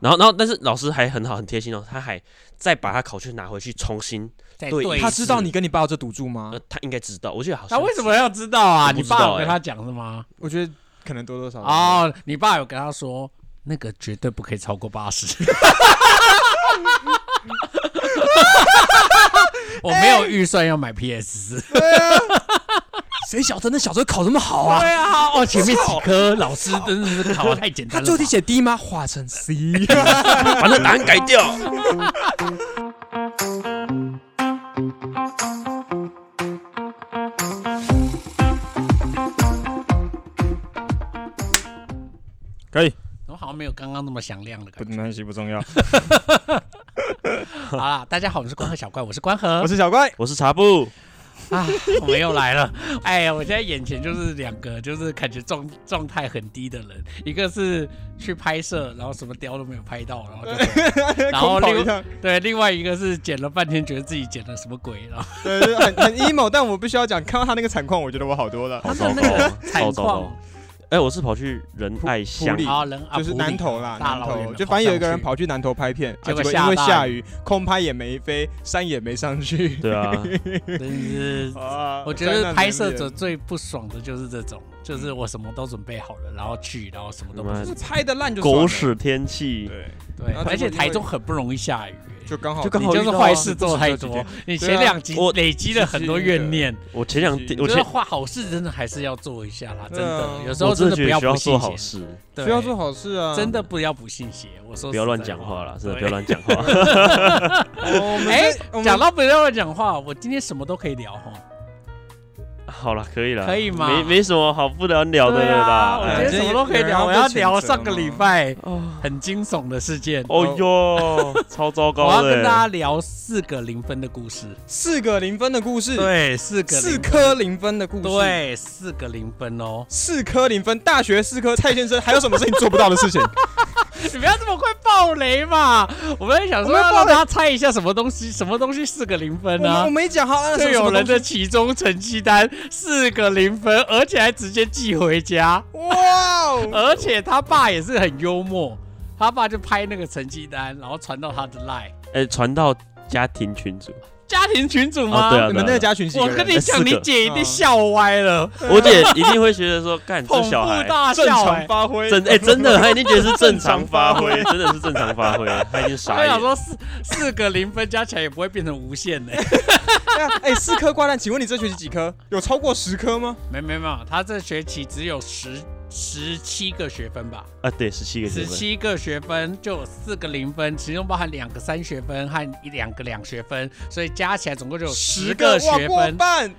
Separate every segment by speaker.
Speaker 1: 然后，然后，但是老师还很好，很贴心哦，他还再把他考卷拿回去重新，
Speaker 2: 再
Speaker 1: 对
Speaker 2: 对
Speaker 1: 一
Speaker 2: 一
Speaker 1: 次
Speaker 3: 他
Speaker 2: 次，
Speaker 3: 知道你跟你爸有这赌注吗
Speaker 1: 呃？，他应该知道，我记得好像
Speaker 2: 啊他为什么要知道啊？
Speaker 1: 我不
Speaker 2: 你
Speaker 1: 知道
Speaker 2: 爸有跟
Speaker 1: 欸
Speaker 2: 他讲是吗？
Speaker 3: 我觉得可能多多少少。
Speaker 2: 哦，你爸有跟他说那个绝对不可以超过八十。 我没有预算要买 PS 四。
Speaker 3: 谁晓得那小时候考这么好啊？
Speaker 2: 啊，哦，前面几科老师真的是考得太简
Speaker 3: 他
Speaker 2: 单了
Speaker 3: 就
Speaker 2: 吧。
Speaker 3: 地写 D 吗？化成 C。
Speaker 1: 把那答案改 掉？
Speaker 3: 可以，
Speaker 2: 我好像没有刚刚那么响亮的感觉。
Speaker 3: 关系，不重要。
Speaker 2: 好啦，大家好，我是关河小怪，我是关河
Speaker 3: 我。是小怪，
Speaker 1: 我是茶布，
Speaker 2: 啊，我们又来了。 哎呀，我现在眼前就是两个，就是感觉状状态很低的人，一个是去拍摄，然后什么雕都没有拍到，然后就 然后
Speaker 3: 空跑
Speaker 2: 另
Speaker 3: 一趟，
Speaker 2: 对；另外一个是剪了半天，觉得自己剪了什么鬼，然后
Speaker 3: 对，就是很很 emo，但我必须要讲，看到他那个惨况，我觉得我好多了。
Speaker 1: 好
Speaker 2: 他
Speaker 1: 糟
Speaker 2: 们
Speaker 1: 糕
Speaker 2: 那个
Speaker 1: 哦，
Speaker 2: 惨
Speaker 1: 好糟
Speaker 2: 况
Speaker 1: 糕。，哎，我是跑去仁爱乡
Speaker 3: 普，里
Speaker 2: 好人啊，
Speaker 3: 就是
Speaker 2: 普里
Speaker 3: 南投啦，
Speaker 2: 大
Speaker 3: 南
Speaker 2: 老
Speaker 3: 投
Speaker 2: 远
Speaker 3: 就反正有一个人
Speaker 2: 跑上
Speaker 3: 跑去南投拍片，啊
Speaker 2: 结果
Speaker 3: 结果
Speaker 2: 下
Speaker 3: 因为
Speaker 2: 大
Speaker 3: 下雨，空拍也没飞，山也没上去。
Speaker 1: 对啊，
Speaker 2: 去，真是。
Speaker 3: 啊
Speaker 2: 我觉得拍摄者最不爽的就是这种，就是我什么都准备好了，然后去，然后什么都不
Speaker 1: 妈
Speaker 3: 就是拍的烂就算了
Speaker 1: 狗，屎天气，
Speaker 3: 对，
Speaker 2: 对，
Speaker 3: 然后
Speaker 2: 而且
Speaker 3: 结果因为
Speaker 2: 台中很不容易下雨、欸
Speaker 3: 就刚好哦
Speaker 1: 就刚
Speaker 2: 你
Speaker 1: 好
Speaker 2: 就是
Speaker 1: 遇到啊
Speaker 2: 坏事做太多，你
Speaker 3: 对啊
Speaker 2: 前两集
Speaker 1: 我
Speaker 2: 累积了很多怨念。
Speaker 1: 我前两
Speaker 3: 是
Speaker 1: 天
Speaker 2: 我
Speaker 1: 我
Speaker 2: 觉得
Speaker 1: 前
Speaker 2: 话好事真的还是要做一下啦，真
Speaker 3: 对啊
Speaker 2: 的，有时候
Speaker 1: 我
Speaker 2: 真
Speaker 1: 真
Speaker 2: 的
Speaker 1: 的觉得需
Speaker 2: 不不
Speaker 1: 要
Speaker 2: 信
Speaker 1: 做
Speaker 2: 邪
Speaker 1: 好，事，
Speaker 2: 对
Speaker 3: 需要做好事啊，
Speaker 2: 真的不要不信邪。我说
Speaker 1: 不要
Speaker 2: 实
Speaker 1: 乱
Speaker 2: 在
Speaker 1: 讲话了，真的不
Speaker 2: 对
Speaker 1: 要乱讲话。
Speaker 3: 哦。我们
Speaker 2: 哎
Speaker 3: 这我们
Speaker 2: 讲到不要乱讲话，我今天什么都可以聊哈。
Speaker 1: 好了，可以了，
Speaker 2: 可以吗
Speaker 1: 没没什么好不了了的
Speaker 2: 对
Speaker 1: 了
Speaker 2: 啊，
Speaker 1: 啦。
Speaker 2: 我
Speaker 3: 哎
Speaker 2: 今天
Speaker 3: 这
Speaker 2: 什么都可以聊。我
Speaker 3: 有人
Speaker 2: 要
Speaker 3: 要被
Speaker 2: 聊
Speaker 3: 谴责
Speaker 2: 上个
Speaker 3: 吗
Speaker 2: 礼拜
Speaker 1: 哦
Speaker 2: 很惊悚的事件，
Speaker 1: 哦哟，超糟
Speaker 2: 我要
Speaker 1: 糕
Speaker 2: 跟大
Speaker 1: 的
Speaker 2: 家。聊四个零分的故事。
Speaker 3: 四个零分的故事，
Speaker 2: 对，四个
Speaker 3: 四
Speaker 2: 零分
Speaker 3: 颗零分的故事，，
Speaker 2: 对，四个零分哦。
Speaker 3: 四颗零分，大学四颗，蔡先生还有什么 事情做不到的事情？
Speaker 2: 你不要这么快爆雷嘛！我们在想说
Speaker 3: 我们
Speaker 2: 要
Speaker 3: 爆
Speaker 2: 让
Speaker 3: 雷
Speaker 2: 大家猜一下什么东西，什么东西四个零
Speaker 3: 我
Speaker 2: 分
Speaker 3: 们
Speaker 2: 啊
Speaker 3: 我？没讲好，那
Speaker 2: 就
Speaker 3: 什
Speaker 2: 有
Speaker 3: 么
Speaker 2: 人
Speaker 3: 东
Speaker 2: 的
Speaker 3: 西
Speaker 2: 其中成绩单四个零分，而且还直接寄回家，
Speaker 3: 哇 哦，
Speaker 2: 而且他爸也是很幽默，他爸就拍那个成绩单，然后传到他的 line
Speaker 1: 哎，传到家庭群组，
Speaker 2: 家庭群组吗？
Speaker 1: 啊对啊
Speaker 3: 你们那个家群几个
Speaker 2: 我
Speaker 3: 人
Speaker 2: 跟你讲，
Speaker 1: 四个
Speaker 2: 你姐一定
Speaker 3: 嗯
Speaker 2: 笑歪了，
Speaker 1: 我姐一定会觉得说，干这
Speaker 2: 捧腹
Speaker 1: 小孩
Speaker 2: 大
Speaker 3: 正
Speaker 2: 笑、
Speaker 3: 常
Speaker 2: 欸。
Speaker 3: 发挥，
Speaker 1: 真哎、真 的，他一定觉得是正常发
Speaker 3: 正
Speaker 1: 挥，真的是正常发挥，他已经
Speaker 2: 我
Speaker 1: 傻
Speaker 2: 想
Speaker 1: 眼。
Speaker 2: 说四四个零分加起来也不会变成无限的、
Speaker 3: 对啊 哎，四颗挂蛋，请问你这学期几颗？有超过十颗吗？
Speaker 2: 没没没有，他这学期只有十十七个学分吧，
Speaker 1: 啊，对，十七个学
Speaker 2: 十
Speaker 1: 分，
Speaker 2: 七个学分就有四个零分，其中包含两个三学分和一两个两学分，所以加起来总共就有十个
Speaker 3: 哇
Speaker 2: 学
Speaker 3: 过
Speaker 2: 分
Speaker 3: 半，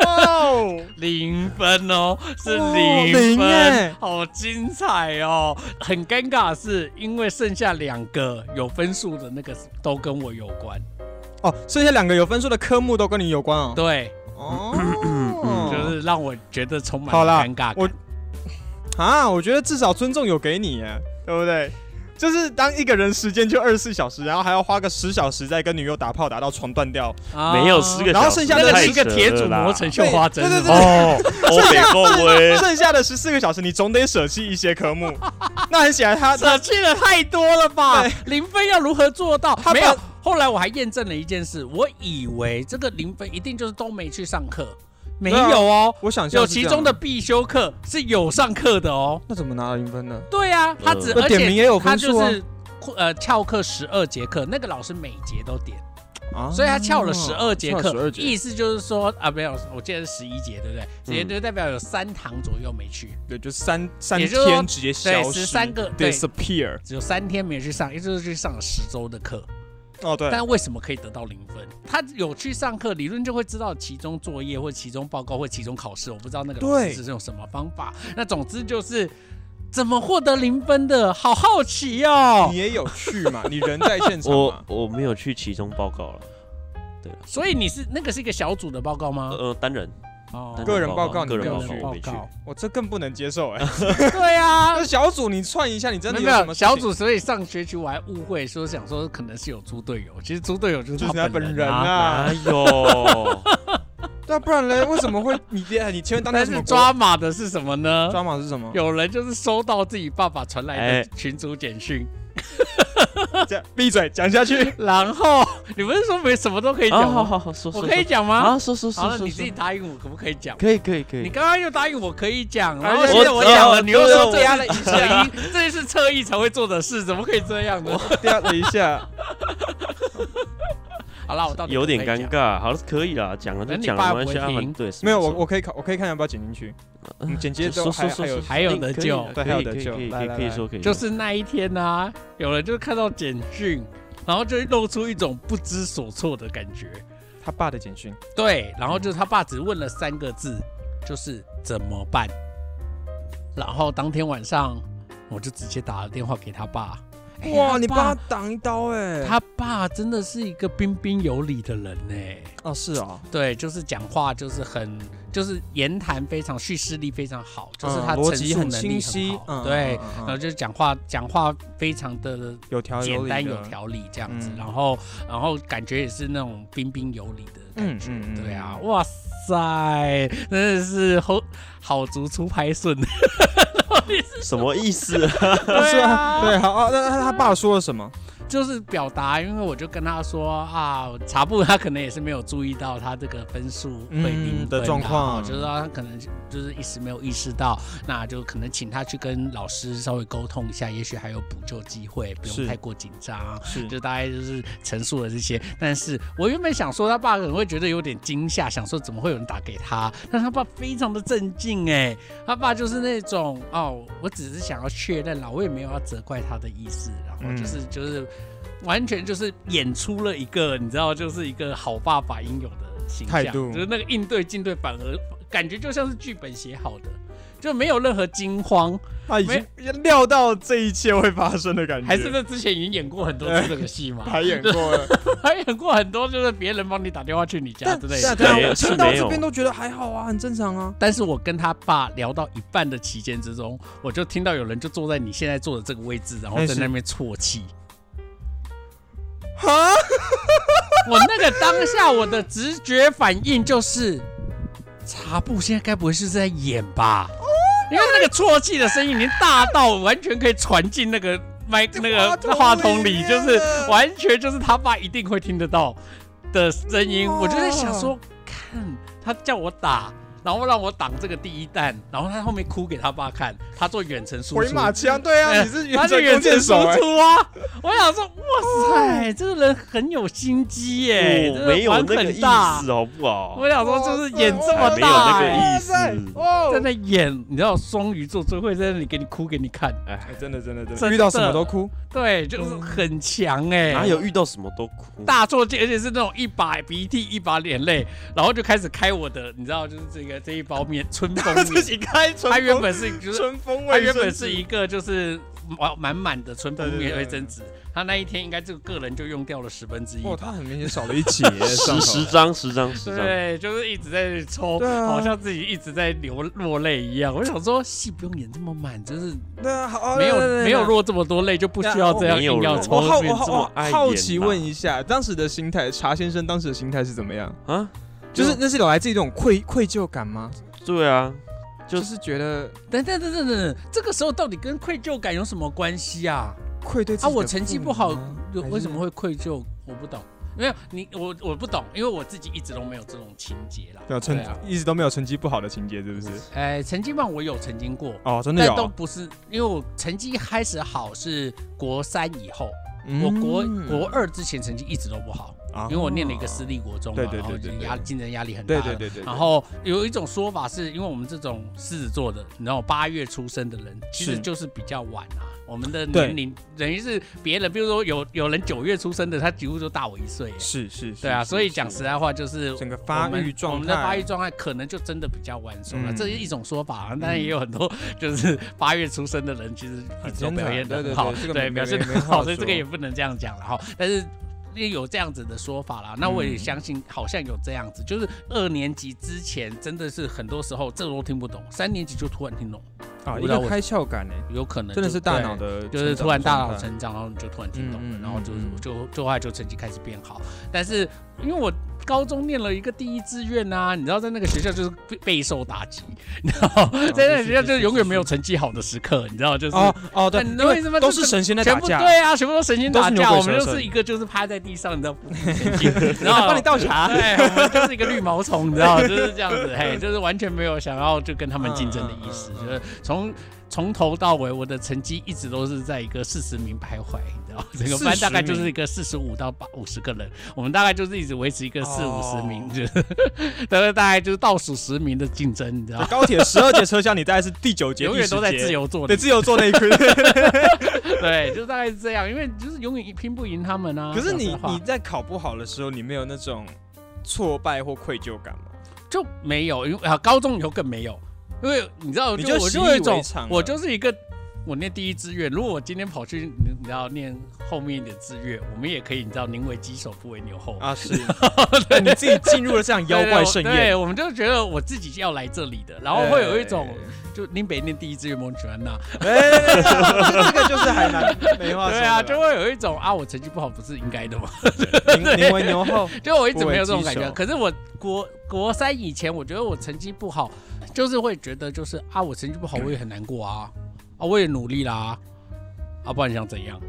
Speaker 3: 哇哦，
Speaker 2: 零分哦，是
Speaker 3: 哇
Speaker 2: 零
Speaker 3: 零
Speaker 2: 分，
Speaker 3: 欸
Speaker 2: 好精彩哦！很尴尬的是，因为剩下两个有分数的那个都跟我有关，
Speaker 3: 哦，剩下两个有分数的科目都跟你有关哦。
Speaker 2: 对，嗯
Speaker 3: 哦，
Speaker 2: 就是让我觉得充满
Speaker 3: 好啦
Speaker 2: 尴尬感。
Speaker 3: 我啊，我觉得至少尊重有给你耶，对不对？就是当一个人时间就二十四小时，然后还要花个十小时在跟女友打炮，打到床断掉，
Speaker 2: 啊
Speaker 1: 没有十个小时，
Speaker 3: 然后剩下
Speaker 2: 那
Speaker 3: 的
Speaker 2: 个
Speaker 1: 太
Speaker 2: 是一个
Speaker 1: 扯
Speaker 2: 铁
Speaker 1: 了
Speaker 2: 杵
Speaker 1: 啦
Speaker 2: 磨成绣花针，
Speaker 3: 对对
Speaker 2: 是吗
Speaker 3: 对
Speaker 1: 哦， 我北够威，
Speaker 3: 剩下的十四个小时你总得舍弃一些 科目。那很显然他
Speaker 2: 舍弃了太多了吧
Speaker 3: 对？
Speaker 2: 零分要如何做到？
Speaker 3: 他
Speaker 2: 没有
Speaker 3: 把。
Speaker 2: 后来我还验证了一件事，我以为这个零分一定就是都没去上课，没有哦，
Speaker 3: 我想象
Speaker 2: 有
Speaker 3: 是这
Speaker 2: 其
Speaker 3: 样
Speaker 2: 中的必修课是有上课的哦。
Speaker 3: 那怎么拿到零分呢？
Speaker 2: 对啊，他只、
Speaker 1: 呃
Speaker 2: 而
Speaker 3: 那点名
Speaker 2: 且
Speaker 3: 也有
Speaker 2: 他
Speaker 3: 分数
Speaker 2: 就
Speaker 3: 啊，
Speaker 2: 是呃翘课十二节课，那个老师每节都点，
Speaker 3: 啊
Speaker 2: 所以他翘了十二节
Speaker 3: 翘了
Speaker 2: 课
Speaker 3: 12，节嗯
Speaker 2: 意思就是说啊没有，我记得是十一节对不对？十一节就代表有三堂左右没去，
Speaker 3: 对，就三三
Speaker 2: 也就是说
Speaker 3: 天直接消
Speaker 2: 对
Speaker 3: 失，
Speaker 2: 13个对
Speaker 3: disappear。
Speaker 2: 只有三天没去上，也就是去上了十周的课。
Speaker 3: 哦，对，
Speaker 2: 但为什么可以得到零分？他有去上课，理论就会知道期中作业或期中报告或期中考试，我不知道那个老师
Speaker 3: 对
Speaker 2: 是用什么方法。那总之就是怎么获得零分的，好好奇哦
Speaker 3: 你。也有去嘛？你人在 现场
Speaker 1: 我
Speaker 3: 嘛？
Speaker 1: 我没有去其中报告了，
Speaker 2: 所以你是那个是一个小组的报告吗？
Speaker 1: 呃，单人
Speaker 2: 哦
Speaker 1: 单
Speaker 3: 个人报告
Speaker 1: 个
Speaker 3: 你
Speaker 1: 人
Speaker 3: 没
Speaker 1: 报
Speaker 3: 有
Speaker 1: 告
Speaker 3: 去
Speaker 1: 我没去，
Speaker 3: 我这更不能接受 哎。
Speaker 2: 对啊
Speaker 3: 那。小组你串一下，你 真的
Speaker 2: 没有
Speaker 3: 有
Speaker 2: 没
Speaker 3: 什
Speaker 2: 有
Speaker 3: 么
Speaker 2: 小
Speaker 3: 事情
Speaker 2: 组，所以上学期我还误会说想说可能是有猪队友，其实猪队友就是
Speaker 3: 就是
Speaker 2: 他
Speaker 3: 他本
Speaker 2: 人
Speaker 3: 人
Speaker 2: 啊。
Speaker 3: 啊？
Speaker 1: 哎呦，
Speaker 3: 对啊，不然嘞，为什么会你爹你前面当
Speaker 2: 但
Speaker 3: 成
Speaker 2: 哎是
Speaker 3: 什么
Speaker 2: 抓马的是什么呢
Speaker 3: 国？抓马是什么？
Speaker 2: 有人就是收到自己爸爸传来
Speaker 1: 哎
Speaker 2: 的群组简讯，
Speaker 3: 这样闭嘴，讲下 去。
Speaker 2: 然后你不是说没什么 都可以
Speaker 1: 啊，
Speaker 2: 讲
Speaker 1: 好
Speaker 2: 吗？
Speaker 1: 好好，说
Speaker 2: 我
Speaker 1: 说
Speaker 2: 可以
Speaker 1: 说，
Speaker 2: 讲吗？
Speaker 1: 啊，说说
Speaker 2: 好
Speaker 1: 说
Speaker 2: 了，
Speaker 1: 说，
Speaker 2: 你自己答应我，可不可以讲？
Speaker 1: 可以可以可
Speaker 2: 你
Speaker 1: 以，
Speaker 2: 刚刚又答应我可以讲，
Speaker 3: 哎
Speaker 2: 然后
Speaker 3: 对
Speaker 2: 现在
Speaker 1: 我
Speaker 2: 我讲
Speaker 1: 哦
Speaker 2: 了，你又
Speaker 1: 对
Speaker 2: 说
Speaker 1: 我
Speaker 2: 这样的一扯一，这是侧翼才会做的事，怎么可以这样呢？
Speaker 3: 掉了一下，
Speaker 2: 好了，我到底
Speaker 1: 有点
Speaker 2: 可不可以
Speaker 1: 尴
Speaker 2: 讲。
Speaker 1: 尬，好了，可以啦，讲了就
Speaker 2: 那你
Speaker 1: 讲
Speaker 2: 爸
Speaker 1: 了，没关
Speaker 2: 不
Speaker 1: 系
Speaker 2: 会
Speaker 1: 啊，反正
Speaker 2: 听
Speaker 1: 对，是
Speaker 3: 没有
Speaker 1: 不
Speaker 3: 我
Speaker 1: 错
Speaker 3: 我可以看，我可以看要不要剪进去。
Speaker 2: 呃
Speaker 3: 嗯，剪接之后
Speaker 1: 说说
Speaker 3: 还还
Speaker 1: 说
Speaker 3: 有
Speaker 1: 说，
Speaker 2: 还有得
Speaker 1: 可以
Speaker 2: 救
Speaker 3: 对
Speaker 1: 可以
Speaker 3: 还有得
Speaker 1: 可以
Speaker 3: 救
Speaker 1: 可以
Speaker 3: 来
Speaker 1: 可以
Speaker 3: 来
Speaker 1: 可以
Speaker 3: 来
Speaker 1: 说可以说，
Speaker 2: 就是那一天呢、啊，有人就看到简讯，然后就露出一种不知所措的感觉。
Speaker 3: 他爸的简讯，
Speaker 2: 对，然后就是他爸只问了三个字，就是怎么办。然后当天晚上，我就直接打了电话给他爸。哎
Speaker 3: 哇，
Speaker 2: 他
Speaker 3: 你帮他挡一刀哎，
Speaker 2: 他爸真的是一个彬彬有礼的人呢、
Speaker 3: 哦是哦，
Speaker 2: 对，就是讲话就是很，就是言谈非常叙事力非常好，就是
Speaker 3: 嗯
Speaker 2: 他
Speaker 3: 逻
Speaker 2: 陈
Speaker 3: 辑
Speaker 2: 述
Speaker 3: 很
Speaker 2: 能
Speaker 3: 清
Speaker 2: 力
Speaker 3: 晰
Speaker 2: 很，好。
Speaker 3: 嗯
Speaker 2: 对，，
Speaker 3: 嗯
Speaker 2: 然
Speaker 3: 嗯
Speaker 2: 后
Speaker 3: 嗯
Speaker 2: 就是讲话讲话非常的
Speaker 3: 有条
Speaker 2: 简
Speaker 3: 理
Speaker 2: 单
Speaker 3: 的
Speaker 2: 有，条理这样子
Speaker 3: 嗯，
Speaker 2: 然后然后感觉也是那种彬彬有礼的感觉
Speaker 3: 嗯嗯嗯，
Speaker 2: 对啊，哇塞，真的是好好足出拍顺，
Speaker 1: 什么意 思？
Speaker 3: 是
Speaker 2: 对
Speaker 3: 啊，
Speaker 2: 啊，
Speaker 3: 对，好，哦那那他爸说了什么？
Speaker 2: 就是表达，因为我就跟他说啊，查布他可能也是没有注意到他这个分数会零分啊
Speaker 3: 嗯的状况
Speaker 2: 就是说他可能就是一时没有意识到，那就可能请他去跟老师稍微沟通一下，也许还有补救机会，不
Speaker 3: 是
Speaker 2: 用太过紧张。啊
Speaker 3: 是
Speaker 2: 就大概就是陈述了这些。但是我原本想说他爸可能会觉得有点惊吓，想说怎么会有人打给他，但他爸非常的镇静哎，他爸就是那种哦，我只是想要确认啦，我也没有要责怪他的意思，然
Speaker 3: 嗯
Speaker 2: 后就是、就是完全就是演出了一个你知道，就是一个好爸爸应有的形象，
Speaker 3: 态度
Speaker 2: 就是那个应对进退，反而感觉就像是剧本写好的。就没有任何惊慌，
Speaker 3: 他已经料到这一切会发生的感觉，
Speaker 2: 还是那之前已经演过很多次这个戏 嘛？
Speaker 3: 排演过了。
Speaker 2: 还演过很多，就是别人帮你打电话去你家之类
Speaker 3: 但
Speaker 2: 的。
Speaker 1: 对啊
Speaker 3: 但
Speaker 1: 没
Speaker 3: 我
Speaker 1: 有
Speaker 3: 听
Speaker 1: 是
Speaker 3: 到
Speaker 1: 没
Speaker 3: 这
Speaker 1: 有
Speaker 3: 边都觉得还好啊，很正常啊。
Speaker 2: 但是我跟他爸聊到一半的期间之中，我就听到有人就坐在你现在坐的这个位置，然
Speaker 3: 哎
Speaker 2: 后在那边啜泣。
Speaker 3: 哈，
Speaker 2: 我那个当下我的直觉反应就是，茶布现在该不会是在演吧？
Speaker 3: 哦
Speaker 2: 因为那个啜泣的声音已经大到完全可以传进那个麦那个话
Speaker 3: 话
Speaker 2: 筒
Speaker 3: 筒
Speaker 2: 里，
Speaker 3: 里
Speaker 2: 就是
Speaker 3: 面
Speaker 2: 完全就是他爸一定会听得到的声音。
Speaker 3: 哇
Speaker 2: 我就在想说，看他叫我打。然后让我挡这个第一弹，然后他后面哭给他爸看，他做远程输出，
Speaker 3: 回马枪，对啊，
Speaker 2: 哎
Speaker 3: 你是
Speaker 2: 他是
Speaker 3: 远程
Speaker 2: 远程
Speaker 3: 弓箭
Speaker 2: 输
Speaker 3: 手哎，
Speaker 2: 出啊！我想说，哇塞，这个人很有心机耶，
Speaker 1: 我哦没有那
Speaker 2: 真的玩
Speaker 1: 个
Speaker 2: 很
Speaker 1: 意思，
Speaker 2: 大。
Speaker 1: 好不好
Speaker 2: 我？想说，就是演这
Speaker 3: 哎
Speaker 2: 么
Speaker 1: 没有那
Speaker 2: 大哎
Speaker 1: 个
Speaker 2: 耶，
Speaker 1: 意
Speaker 3: 哇
Speaker 1: 思
Speaker 3: 塞哦
Speaker 2: 在那演，你知道双鱼座最会在那里给你哭给你看，
Speaker 3: 哎真的真的真
Speaker 2: 真的
Speaker 3: 遇到什么都哭，
Speaker 2: 对，就是很强
Speaker 1: 嗯
Speaker 2: 哎，
Speaker 1: 哪有遇到什么都 哭？
Speaker 2: 大错界，而且是那种一把鼻涕一把眼泪，然后就开始开我的，你知道，就是这个这一包面春风
Speaker 3: 自
Speaker 2: 面，
Speaker 3: 己开春
Speaker 2: 它
Speaker 3: 风，
Speaker 2: 原本是就是
Speaker 3: 春 风
Speaker 2: 它
Speaker 3: 味，
Speaker 2: 原本是一个就是满满满的春风
Speaker 3: 对对
Speaker 2: 面
Speaker 3: 对
Speaker 2: 卫生纸，他那一天应该这个个人就用掉了十分之一吧。
Speaker 3: 哇，哦他很明显少了一节， 上
Speaker 1: 十十
Speaker 3: 头
Speaker 1: 张十张十张，
Speaker 2: 对，就是一直在抽，
Speaker 3: 对啊
Speaker 2: 好像自己一直在流落泪一样。我想说，戏不用演这么满，就是
Speaker 3: 对啊，好
Speaker 2: 没有没有
Speaker 3: 落。
Speaker 2: 落这么多泪，就不需要这样
Speaker 1: 没有
Speaker 2: 硬要
Speaker 1: 落
Speaker 2: 抽
Speaker 3: 我好
Speaker 2: 变
Speaker 3: 我
Speaker 2: 这么
Speaker 3: 好
Speaker 1: 爱演
Speaker 3: 好奇
Speaker 1: 呐
Speaker 3: 问一下，当时的心态，查先生当时的心态是怎么样？
Speaker 1: 啊，
Speaker 3: 就是那是有来自一种愧愧疚感吗？
Speaker 1: 对啊，就
Speaker 3: 就是觉得
Speaker 2: 等等等等等等，这个时候到底跟愧疚感有什么关系啊？
Speaker 3: 愧对自己
Speaker 2: 啊，
Speaker 3: 的
Speaker 2: 我成绩
Speaker 3: 父
Speaker 2: 不
Speaker 3: 母
Speaker 2: 好
Speaker 3: 吗，
Speaker 2: 有
Speaker 3: 还
Speaker 2: 为什
Speaker 3: 是
Speaker 2: 么会愧疚？我不懂。没有你，我我不懂，因为我自己一直都没有这种情节啦。
Speaker 3: 对啊，成
Speaker 2: 啊，
Speaker 3: 一直都没有成绩不好的情节，是不是？
Speaker 2: 哎，成绩棒我有曾经过，
Speaker 3: 哦，真的
Speaker 2: 但都
Speaker 3: 有。
Speaker 2: 不是，因为我成绩开始好是国三以后，
Speaker 3: 嗯哦
Speaker 2: 我国国二之前成绩一直都不好，因为我念了一个私立国中嘛
Speaker 3: 对，对
Speaker 2: 然后
Speaker 3: 对对对
Speaker 2: 压竞争压力很大
Speaker 3: 对
Speaker 2: 了。
Speaker 3: 对对对，
Speaker 2: 然后有一种说法是，因为我们这种狮子座的，你知道八月出生的人，其实
Speaker 3: 是
Speaker 2: 就是比较晚啊。我们的
Speaker 3: 对
Speaker 2: 年龄等于是别人，比如说有有人九月出生的，他几乎就大我一岁耶。
Speaker 3: 是是，是
Speaker 2: 对啊，
Speaker 1: 是
Speaker 2: 所以
Speaker 1: 是
Speaker 2: 讲实在话，就是
Speaker 3: 整个发
Speaker 2: 我们
Speaker 3: 育状态
Speaker 2: 我们的发育状态可能就真的比较晚熟了，
Speaker 3: 嗯
Speaker 2: 这是一种说法啊。当然也有很多就是 八月出生的人，其实一直都
Speaker 3: 真的啊
Speaker 2: 表现得
Speaker 3: 对
Speaker 2: 很
Speaker 3: 对对
Speaker 2: 好，
Speaker 3: 这个没
Speaker 2: 表现得
Speaker 3: 没
Speaker 2: 很
Speaker 3: 没
Speaker 2: 好，
Speaker 3: 话
Speaker 2: 所以这
Speaker 3: 说
Speaker 2: 个也不能这样讲了哈。但是。有这样子的说法啦，那我
Speaker 3: 嗯
Speaker 2: 也相信，好像有这样子，就是二年级之前真的是很多时候这都听不懂，三年级就突然听懂，
Speaker 3: 啊，
Speaker 2: 不
Speaker 3: 一
Speaker 2: 知道
Speaker 3: 个
Speaker 2: 为
Speaker 3: 开窍感呢，
Speaker 2: 有可能
Speaker 3: 真的
Speaker 2: 就是
Speaker 3: 大
Speaker 2: 对
Speaker 3: 脑的成长状态，
Speaker 2: 就是突然大脑成长，然后你就突然听懂了，
Speaker 3: 嗯嗯
Speaker 2: 然后就
Speaker 3: 嗯嗯
Speaker 2: 就就后来就成绩开始变好。但是因为我高中念了一个第一志愿啊，你知道在那个学校就是备备受打击，你知道 在那个学校就是永远没有成绩好的时刻，你知道就是
Speaker 3: 哦哦，对，
Speaker 2: 但你
Speaker 3: 因
Speaker 2: 为什么
Speaker 3: 为都
Speaker 2: 这
Speaker 3: 是神仙在
Speaker 2: 全
Speaker 3: 打
Speaker 2: 部
Speaker 3: 架，
Speaker 2: 对啊，全部都神仙
Speaker 3: 都
Speaker 2: 打
Speaker 3: 是牛
Speaker 2: 架，
Speaker 3: 鬼
Speaker 2: 我们
Speaker 3: 蛇
Speaker 2: 就是
Speaker 3: 神
Speaker 2: 一个就是趴在地上，你知道不顾 前进，然后
Speaker 3: 帮你倒茶。
Speaker 2: 对，我们就是一个绿毛虫，你知道，就是这样子，嘿，就是完全没有想要就跟他们竞争的意思，
Speaker 3: 嗯嗯嗯嗯
Speaker 2: 就是从从头到尾，我的成绩一直都是在一个四十名徘徊，你 知道，整个班
Speaker 3: 40
Speaker 2: 大概就是一个四十五到八五十个人，我们大概就是一直维持一个四五十
Speaker 3: 哦
Speaker 2: 名，就是大概大概就是 倒数十名的竞争，你知道，
Speaker 3: 高铁十二节车厢，你大概是第九节，
Speaker 2: 永远
Speaker 3: 第十
Speaker 2: 都在
Speaker 3: 节
Speaker 2: 自，由座里
Speaker 3: 对，自由坐那一区。
Speaker 2: 对，就大概是这样，因为就是永远拼不赢他们啊。
Speaker 3: 可是你
Speaker 2: 讲实话
Speaker 3: 你在考不好的时候，你没有那种挫败或愧疚感吗？
Speaker 2: 就没有，因为啊，高中以后更没有，因为你知道，
Speaker 3: 你
Speaker 2: 就
Speaker 3: 就
Speaker 2: 我
Speaker 3: 习
Speaker 2: 就有一
Speaker 3: 以
Speaker 2: 种
Speaker 3: 为常，了
Speaker 2: 我就是一个，我念第一志愿，如果我今天跑去，你你知道念后面一点志愿，我们也可以，你知道，宁为鸡首不为牛后。
Speaker 3: 啊，是，对你自己进入了这样妖怪盛
Speaker 2: 对，对
Speaker 3: 宴，
Speaker 2: 我们就觉得我自己要来这里的，然后会有一种
Speaker 3: 哎
Speaker 2: 就林北念第一志愿蒙喜欢那，
Speaker 3: 哎，这个就是海南没话说的
Speaker 2: 对
Speaker 3: 啦。
Speaker 2: 啊，就会有一种啊，我成绩不好不是应该的吗？
Speaker 3: 宁宁为牛 后，
Speaker 2: 就我一直没有这种
Speaker 3: 不
Speaker 2: 感
Speaker 3: 为己
Speaker 2: 觉。
Speaker 3: 手
Speaker 2: 可是我国国三以前，我觉得我成绩不好，就是会觉得就是啊，我成绩不好，我也很难过啊，啊，我也努力啦，啊，不然你想怎样？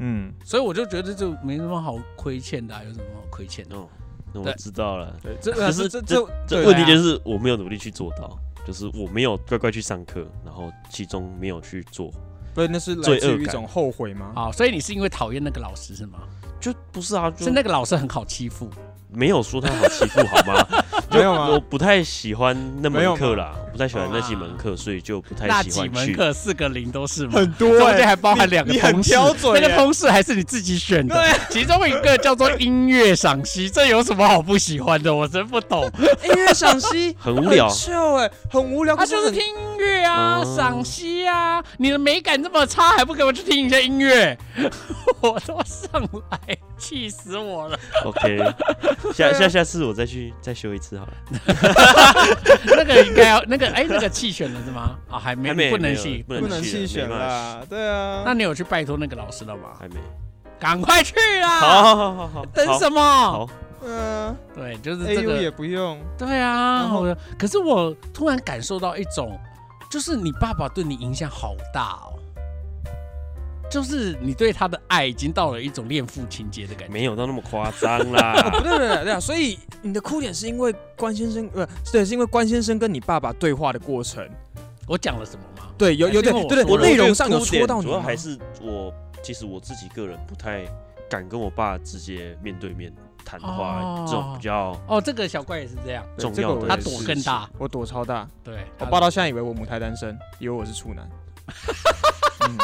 Speaker 3: 嗯，
Speaker 2: 所以我就觉得这没什么好亏欠的啊、有什么好亏欠的？
Speaker 1: 哦，那我
Speaker 2: 对
Speaker 1: 知道了。
Speaker 3: 对，这
Speaker 1: 可是
Speaker 3: 这
Speaker 1: 这
Speaker 3: 这
Speaker 1: 这
Speaker 3: 对啊
Speaker 1: 问题就是我没有努力去做到，就是我没有乖乖去上课，然后其中没有去做，
Speaker 3: 不是那是来
Speaker 1: 罪
Speaker 3: 自
Speaker 1: 恶
Speaker 3: 于一
Speaker 1: 感
Speaker 3: 种后悔吗？
Speaker 2: 好，啊所以你是因为讨厌那个老师是吗？
Speaker 1: 就不是啊，就是
Speaker 2: 那个老师很好欺负，
Speaker 1: 没有说他好欺负好吗？
Speaker 3: 没有啊吗
Speaker 1: 我 不太喜欢那
Speaker 3: 没有
Speaker 1: 门
Speaker 3: 吗
Speaker 1: 课啦，我不太喜欢那几门课，所以就不太
Speaker 2: 那
Speaker 1: 喜
Speaker 2: 几
Speaker 1: 欢
Speaker 2: 门
Speaker 1: 去。
Speaker 2: 课四个零都是吗？
Speaker 3: 很多
Speaker 2: 中
Speaker 3: 欸
Speaker 2: 间还包含两个
Speaker 3: 你你很
Speaker 2: 通识
Speaker 3: 挑嘴，
Speaker 2: 那个
Speaker 3: 欸
Speaker 2: 通识还是你自己选的，其中一个叫做音乐赏析，这有什么好不喜欢的？我真不懂。
Speaker 3: 音乐赏析
Speaker 1: 很无 聊
Speaker 3: 很 chill 哎，很无聊。
Speaker 2: 他
Speaker 3: 可是
Speaker 2: 哦就是
Speaker 3: 很
Speaker 2: 听音乐啊，
Speaker 1: 嗯
Speaker 2: 赏析啊，你的美感这么差，还不给我去听一下音乐？ 我都上来，气死我了！
Speaker 1: OK，下
Speaker 2: 啊
Speaker 1: 下下次我再去再修一次好了。
Speaker 2: 那个应该要那个哎，那个弃选了是吗？啊，还没，
Speaker 1: 还没
Speaker 2: 不能
Speaker 1: 没有
Speaker 2: 弃。
Speaker 1: 不
Speaker 3: 不能
Speaker 1: 弃
Speaker 3: 弃选
Speaker 1: 没办法弃
Speaker 3: 啦，对啊。
Speaker 2: 那你有去拜托那个老师了吗？
Speaker 1: 还没。
Speaker 2: 赶快去啦！
Speaker 1: 好，好好好好，
Speaker 2: 啊等什
Speaker 1: 么？
Speaker 2: 么？
Speaker 1: 好，
Speaker 3: 嗯
Speaker 2: 对，就是
Speaker 3: ，A
Speaker 2: 这
Speaker 3: U 也
Speaker 2: 个。
Speaker 3: 不用，
Speaker 2: 对啊，
Speaker 3: 然后
Speaker 2: 我可是我突然感受到一种，就是你爸爸对你影响好大哦。就是你对他的爱已经到了一种恋父情节的感觉，
Speaker 1: 没有到那么夸张啦
Speaker 3: 不。对不对不对啊，所以你的哭点是因为关先生，呃，对，是因为关先生跟你爸爸对话的过程，
Speaker 2: 我讲了什么吗？
Speaker 3: 对，有有
Speaker 2: 还是
Speaker 3: 对
Speaker 2: 因为我
Speaker 3: 对
Speaker 2: 说
Speaker 3: 对，
Speaker 2: 了
Speaker 3: 内
Speaker 1: 觉
Speaker 3: 容
Speaker 1: 得
Speaker 3: 上有
Speaker 1: 哭
Speaker 3: 戳
Speaker 1: 点
Speaker 3: 到你
Speaker 1: 主要
Speaker 3: 吗，
Speaker 1: 还是我，其实我自己个人不太敢跟我爸直接面对面谈
Speaker 2: 哦
Speaker 1: 话，这种比较
Speaker 2: 哦，这个小怪也是这样，
Speaker 3: 对
Speaker 1: 重
Speaker 3: 这个
Speaker 1: 要
Speaker 3: 我
Speaker 1: 的
Speaker 2: 他
Speaker 3: 也
Speaker 2: 躲
Speaker 3: 是
Speaker 2: 更大，
Speaker 3: 我躲超大，
Speaker 2: 对，
Speaker 3: 我
Speaker 2: 他
Speaker 3: 爸到现在以为我母胎单身，以为我是处 男。嗯，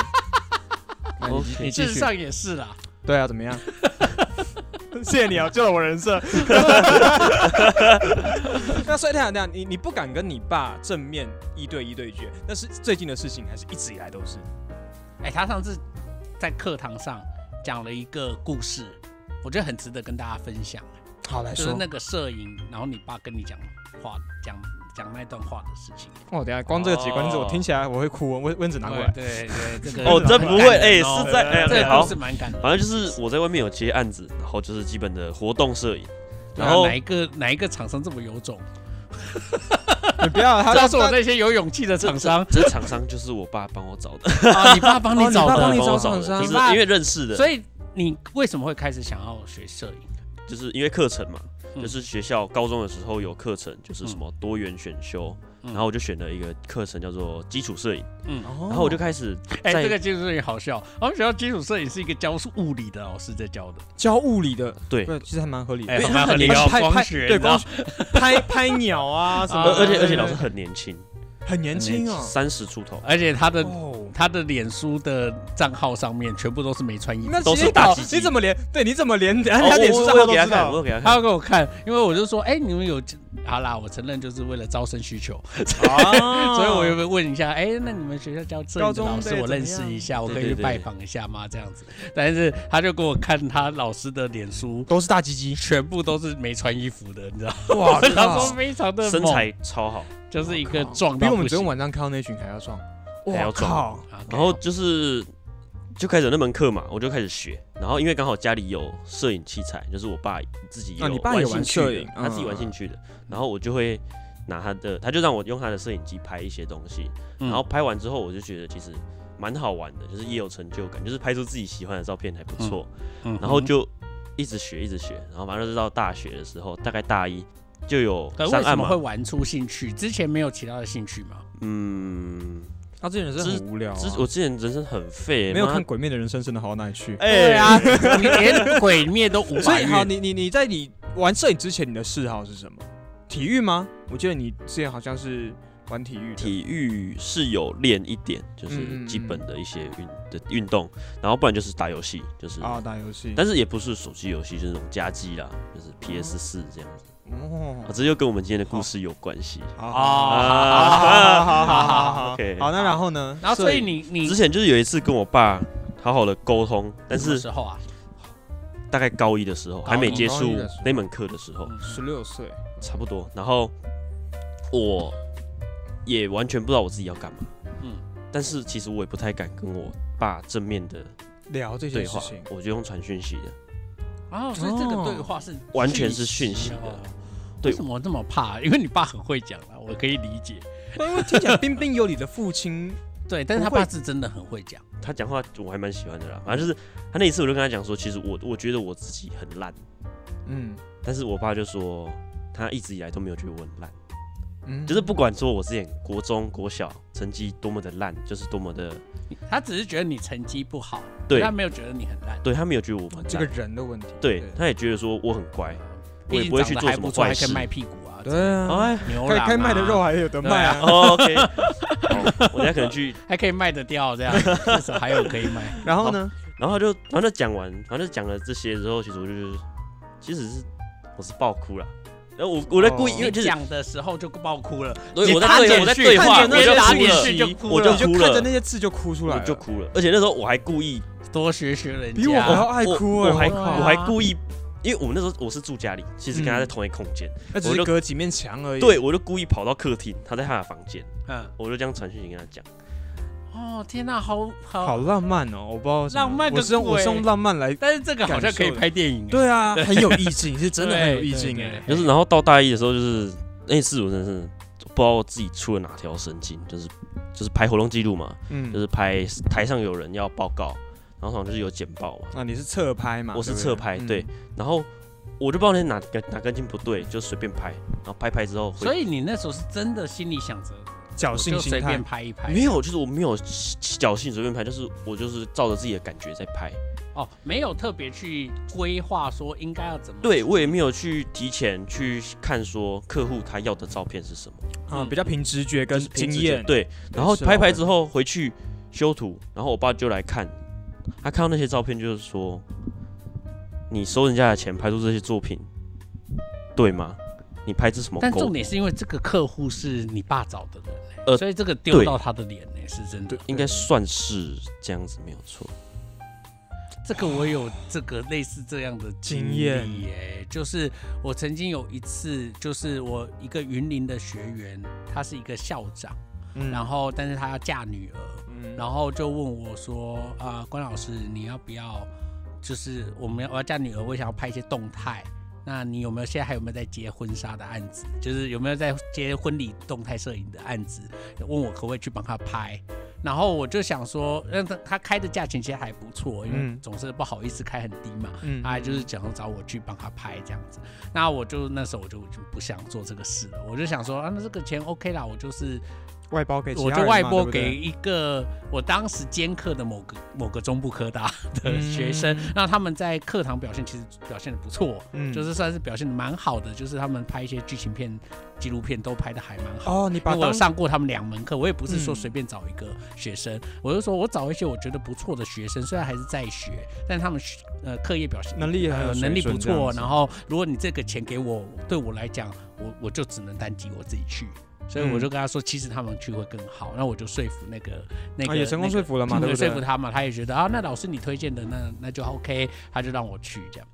Speaker 3: 那你
Speaker 1: OK
Speaker 3: 你继
Speaker 2: 事实
Speaker 3: 续。
Speaker 2: 上也是啦，
Speaker 3: 对啊，怎么样？谢谢你啊，救了我人设。 那所以等一下等一下，你你不敢跟你爸正面一对一对决，那是最近的事情，还是一直以来都是？
Speaker 2: 哎、他上次在课堂上讲了一个故事，我觉得很值得跟大家分享，
Speaker 3: 好来
Speaker 2: 就是那个摄影，然后你爸跟你讲话，讲讲那段话的事情，
Speaker 3: 哦，等一下光这个几关字，
Speaker 1: 哦
Speaker 3: 我听起来我会哭，温温子拿过 来。
Speaker 2: 对对， 对这个
Speaker 1: 哦，
Speaker 3: 这
Speaker 1: 真
Speaker 2: 蛮
Speaker 1: 不
Speaker 2: 感
Speaker 1: 会，
Speaker 2: 人
Speaker 1: 哎，
Speaker 2: 哦
Speaker 1: 是在哎
Speaker 2: 这
Speaker 1: ，OK，
Speaker 2: 个
Speaker 1: 好
Speaker 2: 故事，蛮感人。
Speaker 1: 反正就是我在外面有接案子，然后就是基本的活动摄影，
Speaker 2: 对啊
Speaker 1: 然后
Speaker 2: 哪一个哪一个厂商这么有种？
Speaker 3: 你不要，他
Speaker 2: 告诉我
Speaker 3: 他
Speaker 2: 那些有勇气的厂商
Speaker 1: 这厂商就是我爸帮我找的，
Speaker 2: 啊，你爸帮
Speaker 3: 哦
Speaker 2: 你
Speaker 3: 你
Speaker 2: 找
Speaker 3: 爸
Speaker 2: 的
Speaker 3: 帮你
Speaker 1: 帮我
Speaker 3: 找
Speaker 1: 找的，
Speaker 3: 厂商
Speaker 1: 就是
Speaker 2: 你爸
Speaker 1: 因为认识的，
Speaker 2: 所以你为什么会开始想要学摄影？
Speaker 1: 就是因为课程嘛，
Speaker 2: 嗯
Speaker 1: 就是学校高中的时候有课程，就是什么多元选修，
Speaker 2: 嗯
Speaker 1: 然后我就选了一个课程叫做基础摄影，
Speaker 2: 嗯，
Speaker 3: 哦
Speaker 1: 然后我就开始
Speaker 2: 哎、
Speaker 1: 在
Speaker 2: 这个基础摄影好笑。我们学校基础摄影是一个教物理的老师在教的，
Speaker 3: 教物理的，
Speaker 1: 对，
Speaker 3: 对，其实还蛮合理的。
Speaker 2: 哎
Speaker 3: 因为
Speaker 2: 蛮合理
Speaker 3: 他
Speaker 2: 的
Speaker 3: 拍
Speaker 2: 光
Speaker 3: 拍
Speaker 2: 学
Speaker 3: 对
Speaker 2: 你知道
Speaker 3: 光学拍拍鸟啊什么
Speaker 1: 而
Speaker 3: 的，
Speaker 1: 而且而且
Speaker 3: 对
Speaker 1: 老师很年轻，
Speaker 3: 很年轻哦。
Speaker 1: 三十出头，
Speaker 2: 而且他的、
Speaker 3: 哦，
Speaker 2: 他的脸书的账号上面全部都是没穿衣服。
Speaker 3: 那
Speaker 1: 都是
Speaker 3: 洗
Speaker 1: 大
Speaker 3: 澡
Speaker 1: 鸡鸡
Speaker 3: 你怎么连？对，你怎么 连？人
Speaker 1: 哦
Speaker 3: 家
Speaker 1: 我
Speaker 3: 脸书上
Speaker 1: 我有
Speaker 3: 面都
Speaker 1: 给他
Speaker 3: 知
Speaker 1: 看，我
Speaker 3: 道。
Speaker 1: 有给他
Speaker 2: 他
Speaker 1: 看，
Speaker 2: 要给我看，因为我就说，哎、你们有好啦，我承认就是为了招生需求，
Speaker 3: 啊
Speaker 2: 所以我又问一下，哎、那你们学校教摄影
Speaker 3: 高
Speaker 2: 的
Speaker 3: 中
Speaker 2: 老师
Speaker 3: 的
Speaker 2: 我
Speaker 3: 怎么
Speaker 2: 认识一下，我可
Speaker 1: 对
Speaker 2: 以
Speaker 1: 对
Speaker 2: 去
Speaker 1: 对
Speaker 2: 拜访一下吗？这样子，但是他就给我看他老师的脸书，
Speaker 3: 都是大鸡鸡。
Speaker 2: 全部都是没穿衣服的，你知道吗？
Speaker 3: 哇，真的
Speaker 2: 他
Speaker 3: 啊
Speaker 2: 说非常的
Speaker 1: 身
Speaker 2: 猛
Speaker 1: 材超好，
Speaker 2: 就是一个
Speaker 3: 我靠
Speaker 2: 壮
Speaker 3: 比
Speaker 2: 到
Speaker 3: 我们
Speaker 2: 不
Speaker 3: 昨天
Speaker 2: 行。
Speaker 3: 晚上看到那群还要壮。
Speaker 1: 还要
Speaker 3: 哇
Speaker 1: 壮
Speaker 3: 靠！
Speaker 2: 啊
Speaker 3: 哦
Speaker 1: 然后就是就开始有那门课嘛，我就开始学，然后因为刚好家里有摄影器材，就是我爸自己
Speaker 3: 啊
Speaker 1: 有
Speaker 3: 你爸也
Speaker 1: 兴
Speaker 3: 玩
Speaker 1: 趣
Speaker 3: 摄
Speaker 1: 的
Speaker 3: 影，
Speaker 1: 他自己玩
Speaker 3: 嗯
Speaker 1: 兴趣的，然后我就会拿他的，他就让我用他的摄影机拍一些东西，
Speaker 2: 嗯
Speaker 1: 然后拍完之后我就觉得其实蛮好玩的，就是也有成就感，就是拍出自己喜欢的照片还不错，
Speaker 2: 嗯
Speaker 1: 然后就一直学一直学，然后反正就是到大学的时候，大概大一就有
Speaker 2: 可是
Speaker 1: 上
Speaker 2: 为什
Speaker 1: 岸
Speaker 2: 么会
Speaker 1: 嘛，
Speaker 2: 玩出兴趣？之前没有其他的兴趣吗？
Speaker 1: 嗯，
Speaker 3: 他之前人
Speaker 1: 之
Speaker 3: 生很无聊啊、
Speaker 1: 之我之前人生很废、
Speaker 3: 没有
Speaker 1: 妈
Speaker 3: 看《鬼灭》的人生真的好到哪里去。
Speaker 1: 哎、
Speaker 2: 对 啊，你连鬼灭都无
Speaker 3: 所
Speaker 2: 法
Speaker 3: 以好，
Speaker 2: 越。
Speaker 3: 你你你在你玩摄影之前，你的嗜好是什么？体育吗？我记得你之前好像是玩体育的。
Speaker 1: 体育是有练一点，就是
Speaker 3: 嗯嗯
Speaker 1: 基本的一些运的运动，然后不然就是打游戏，就是，
Speaker 3: 啊，打游戏。
Speaker 1: 但是也不是手机游戏，就是那种家机啦，就是 PS 四这样子，
Speaker 3: 哦
Speaker 1: 啊，这又跟我们今天的故事有关系。
Speaker 3: 好
Speaker 2: 哦
Speaker 1: 啊
Speaker 3: 好好好好 好好
Speaker 1: OK
Speaker 3: 好，那然后呢？
Speaker 2: 然后所以
Speaker 3: 摄影
Speaker 2: 你你
Speaker 1: 之前就是有一次跟我爸好好的沟通，但
Speaker 2: 什么
Speaker 1: 是
Speaker 2: 时候啊？
Speaker 1: 大概高一的时候
Speaker 2: 高一
Speaker 1: 还没接
Speaker 3: 哦高
Speaker 1: 触
Speaker 3: 一的时候嗯
Speaker 1: 那门课的时候，
Speaker 2: 嗯
Speaker 3: 十六岁，
Speaker 1: 差不多。然后我也完全不知道我自己要干嘛，嗯
Speaker 2: 嗯，
Speaker 1: 但是其实我也不太敢跟我爸正面的
Speaker 3: 聊这
Speaker 1: 对
Speaker 3: 些
Speaker 1: 话
Speaker 3: 事情，，
Speaker 1: 我就用传讯息的。
Speaker 2: 哦，所以这个对话是
Speaker 1: 完全是讯息的
Speaker 2: 哦
Speaker 1: 对
Speaker 2: 为什么这么怕？因为你爸很会讲啊，我可以理解。
Speaker 3: 因为听起来彬彬有礼的父亲，
Speaker 2: 对，但是他
Speaker 3: 不会
Speaker 2: 爸是真的很会讲。
Speaker 1: 他讲话我还蛮喜欢的啦，反正就是他那一次我就跟他讲说，其实我我觉得我自己很烂，
Speaker 3: 嗯
Speaker 1: 但是我爸就说他一直以来都没有觉得我很烂，
Speaker 3: 嗯，
Speaker 1: 就是不管说我之前国中、国小成绩多么的烂，就是多么的
Speaker 2: 他只是觉得你成绩不好，
Speaker 1: 对
Speaker 2: 他没有觉得你很烂。
Speaker 1: 对他没有觉得我很烂，
Speaker 3: 这个人的问题，
Speaker 1: 对，他也觉得说我很乖，我也
Speaker 2: 毕
Speaker 1: 不会
Speaker 2: 竟
Speaker 1: 去做什
Speaker 2: 长得还不
Speaker 1: 么
Speaker 2: 错，
Speaker 1: 坏
Speaker 2: 还
Speaker 1: 事
Speaker 2: 可以。卖屁股 啊，
Speaker 3: 对啊，
Speaker 1: 哎
Speaker 2: 牛
Speaker 3: 开
Speaker 2: 郎啊
Speaker 3: 开卖的肉还有得卖 啊。
Speaker 1: 哦，OK，好我等一下可能去，
Speaker 2: 还可以卖得掉， 这样至少还有可以卖。
Speaker 3: 然后呢？
Speaker 1: 然后他就反正讲完，反正讲了这些之后，其实我就是其实是我是爆哭了。然后我我在故意，
Speaker 3: 哦
Speaker 1: 因为
Speaker 2: 你
Speaker 1: 就是
Speaker 2: 讲的时候就爆哭了，
Speaker 1: 对，我在
Speaker 2: 打
Speaker 1: 对
Speaker 2: 简
Speaker 1: 我在
Speaker 2: 讯
Speaker 1: 对话，
Speaker 3: 看
Speaker 1: 我
Speaker 3: 着那
Speaker 1: 就
Speaker 3: 些打
Speaker 1: 哭
Speaker 2: 简
Speaker 1: 了
Speaker 2: 讯就哭
Speaker 1: 我
Speaker 2: 了
Speaker 1: 就
Speaker 3: 你就
Speaker 1: 哭
Speaker 3: 看着那
Speaker 1: 了，
Speaker 3: 些字就哭出来
Speaker 1: 我
Speaker 3: 了，
Speaker 1: 就哭了。而且那时候我还故意，
Speaker 2: 多学学人
Speaker 3: 比我还
Speaker 2: 家。
Speaker 3: 要爱嗯哭
Speaker 1: 我
Speaker 3: 哎，
Speaker 1: 我还
Speaker 3: 靠
Speaker 1: 我还故意，因为我们那时候我是住家里，其实跟他在同一空间，
Speaker 3: 那只
Speaker 1: 我
Speaker 3: 是
Speaker 1: 就
Speaker 3: 隔几面墙而已。
Speaker 1: 对我就故意跑到客厅，他在他的房间，
Speaker 2: 嗯，
Speaker 1: 我就这样传讯息跟他讲，
Speaker 2: 哦，天哪，好
Speaker 3: 好
Speaker 2: 好，
Speaker 3: 浪漫哦！我不知道为什么
Speaker 2: 浪漫个
Speaker 3: 我是用我是用
Speaker 2: 鬼
Speaker 3: 浪漫来，
Speaker 2: 但是这个好像可以拍电影。欸
Speaker 3: 对啊， 很有意境，是
Speaker 2: 对，
Speaker 3: 真的很有意境哎。
Speaker 1: 就是然后到大一的时候，就是那次我真的是不知道自己出了哪条神经，就是就是拍活动记录嘛，
Speaker 3: 嗯，
Speaker 1: 就是拍台上有人要报告，然后好像就是有简报嘛，
Speaker 3: 啊，你是侧拍嘛？
Speaker 1: 我是
Speaker 3: 对不嗯
Speaker 1: 侧拍，对，，然后我就不知道那哪根哪根筋不对，就随便拍，然后拍拍之后回，
Speaker 2: 所以你那时候是真的心里想着，
Speaker 3: 嗯侥
Speaker 2: 我
Speaker 3: 幸
Speaker 2: 就
Speaker 3: 心
Speaker 2: 随
Speaker 3: 态
Speaker 2: 便。拍一拍。
Speaker 1: 没有，就是我没有侥幸随便拍，就是我就是照着自己的感觉在拍，
Speaker 2: 哦，没有特别去规划说应该要怎么。
Speaker 1: 对我也没有去提前去看说客户他要的照片是什么，
Speaker 3: 啊，
Speaker 2: 嗯
Speaker 3: 比较凭直觉跟
Speaker 1: 就是凭
Speaker 3: 经
Speaker 1: 直觉
Speaker 3: 验。，
Speaker 1: 对，然后
Speaker 3: 是
Speaker 1: 拍
Speaker 3: 老
Speaker 1: 拍
Speaker 3: 板
Speaker 1: 之后回去修图，然后我爸就来看，他看到那些照片就是说，你收人家的钱拍出这些作品，对吗？你拍这什么
Speaker 2: 但
Speaker 1: 狗
Speaker 2: 重？点是因为这个客户是你爸找的人、欸，
Speaker 1: 呃
Speaker 2: 所以这个
Speaker 1: 对
Speaker 2: 丢到他的脸呢、是真的
Speaker 3: 对。
Speaker 1: 应该算是这样子没有错。
Speaker 2: 这个我有这个类似这样的经
Speaker 3: 经
Speaker 2: 历耶、就是我曾经有一次，就是我一个云林的学员，他是一个校长，
Speaker 3: 嗯
Speaker 2: 然后但是他要嫁女儿，
Speaker 3: 嗯
Speaker 2: 然后就问我说：“啊、关老师，你要不要？就是我们要我要嫁女儿，我也想要拍一些动态。那你有没有现在还有没有在接婚纱的案子？就是有没有在接婚礼动态摄影的案子？问我可不可以去帮他拍？然后我就想说，让他他开的价钱其实还不错，因为
Speaker 3: 嗯
Speaker 2: 总是不好意思开很低嘛。
Speaker 3: 嗯
Speaker 2: 他就是想要找我去帮他拍这样子。那我就那时候我就就不想做这个事了，我就想说啊，那这个钱 OK 啦，我就是
Speaker 3: 外包给其
Speaker 2: 我
Speaker 3: 他
Speaker 2: 就
Speaker 3: 人
Speaker 2: 外
Speaker 3: 嘛
Speaker 2: 拨
Speaker 3: 对不对
Speaker 2: 给一个我当时兼课的某个某个中部科大的 学生，
Speaker 3: 嗯
Speaker 2: 那他们在课堂表现其实表现的不错，
Speaker 3: 嗯
Speaker 2: 就是算是表现的蛮好的，就是他们拍一些剧情片、纪录片都拍的还蛮好。
Speaker 3: 哦，你把
Speaker 2: 因为我
Speaker 3: 当
Speaker 2: 有上过他们两门课，我也不是说
Speaker 3: 嗯
Speaker 2: 随便找一个学生，我就说我找一些我觉得不错的学生，虽然还是在学，但他们学呃课业表现
Speaker 3: 能力还有
Speaker 2: 呃
Speaker 3: 水
Speaker 2: 能力不
Speaker 3: 准这样
Speaker 2: 错，
Speaker 3: 子
Speaker 2: 然后如果你这个钱给我，对我来讲，我我就只能单机我自己去，所以
Speaker 3: 嗯
Speaker 2: 我就跟他说，其实他们去会更好，那我就说服那个那个、
Speaker 3: 啊也成功
Speaker 2: 那个
Speaker 3: 说服了嘛，
Speaker 2: 嗯
Speaker 3: 对不
Speaker 2: 说服
Speaker 3: 对？
Speaker 2: 他嘛，他也觉得啊，那老师你推荐的那那就 OK，他就让我去这样。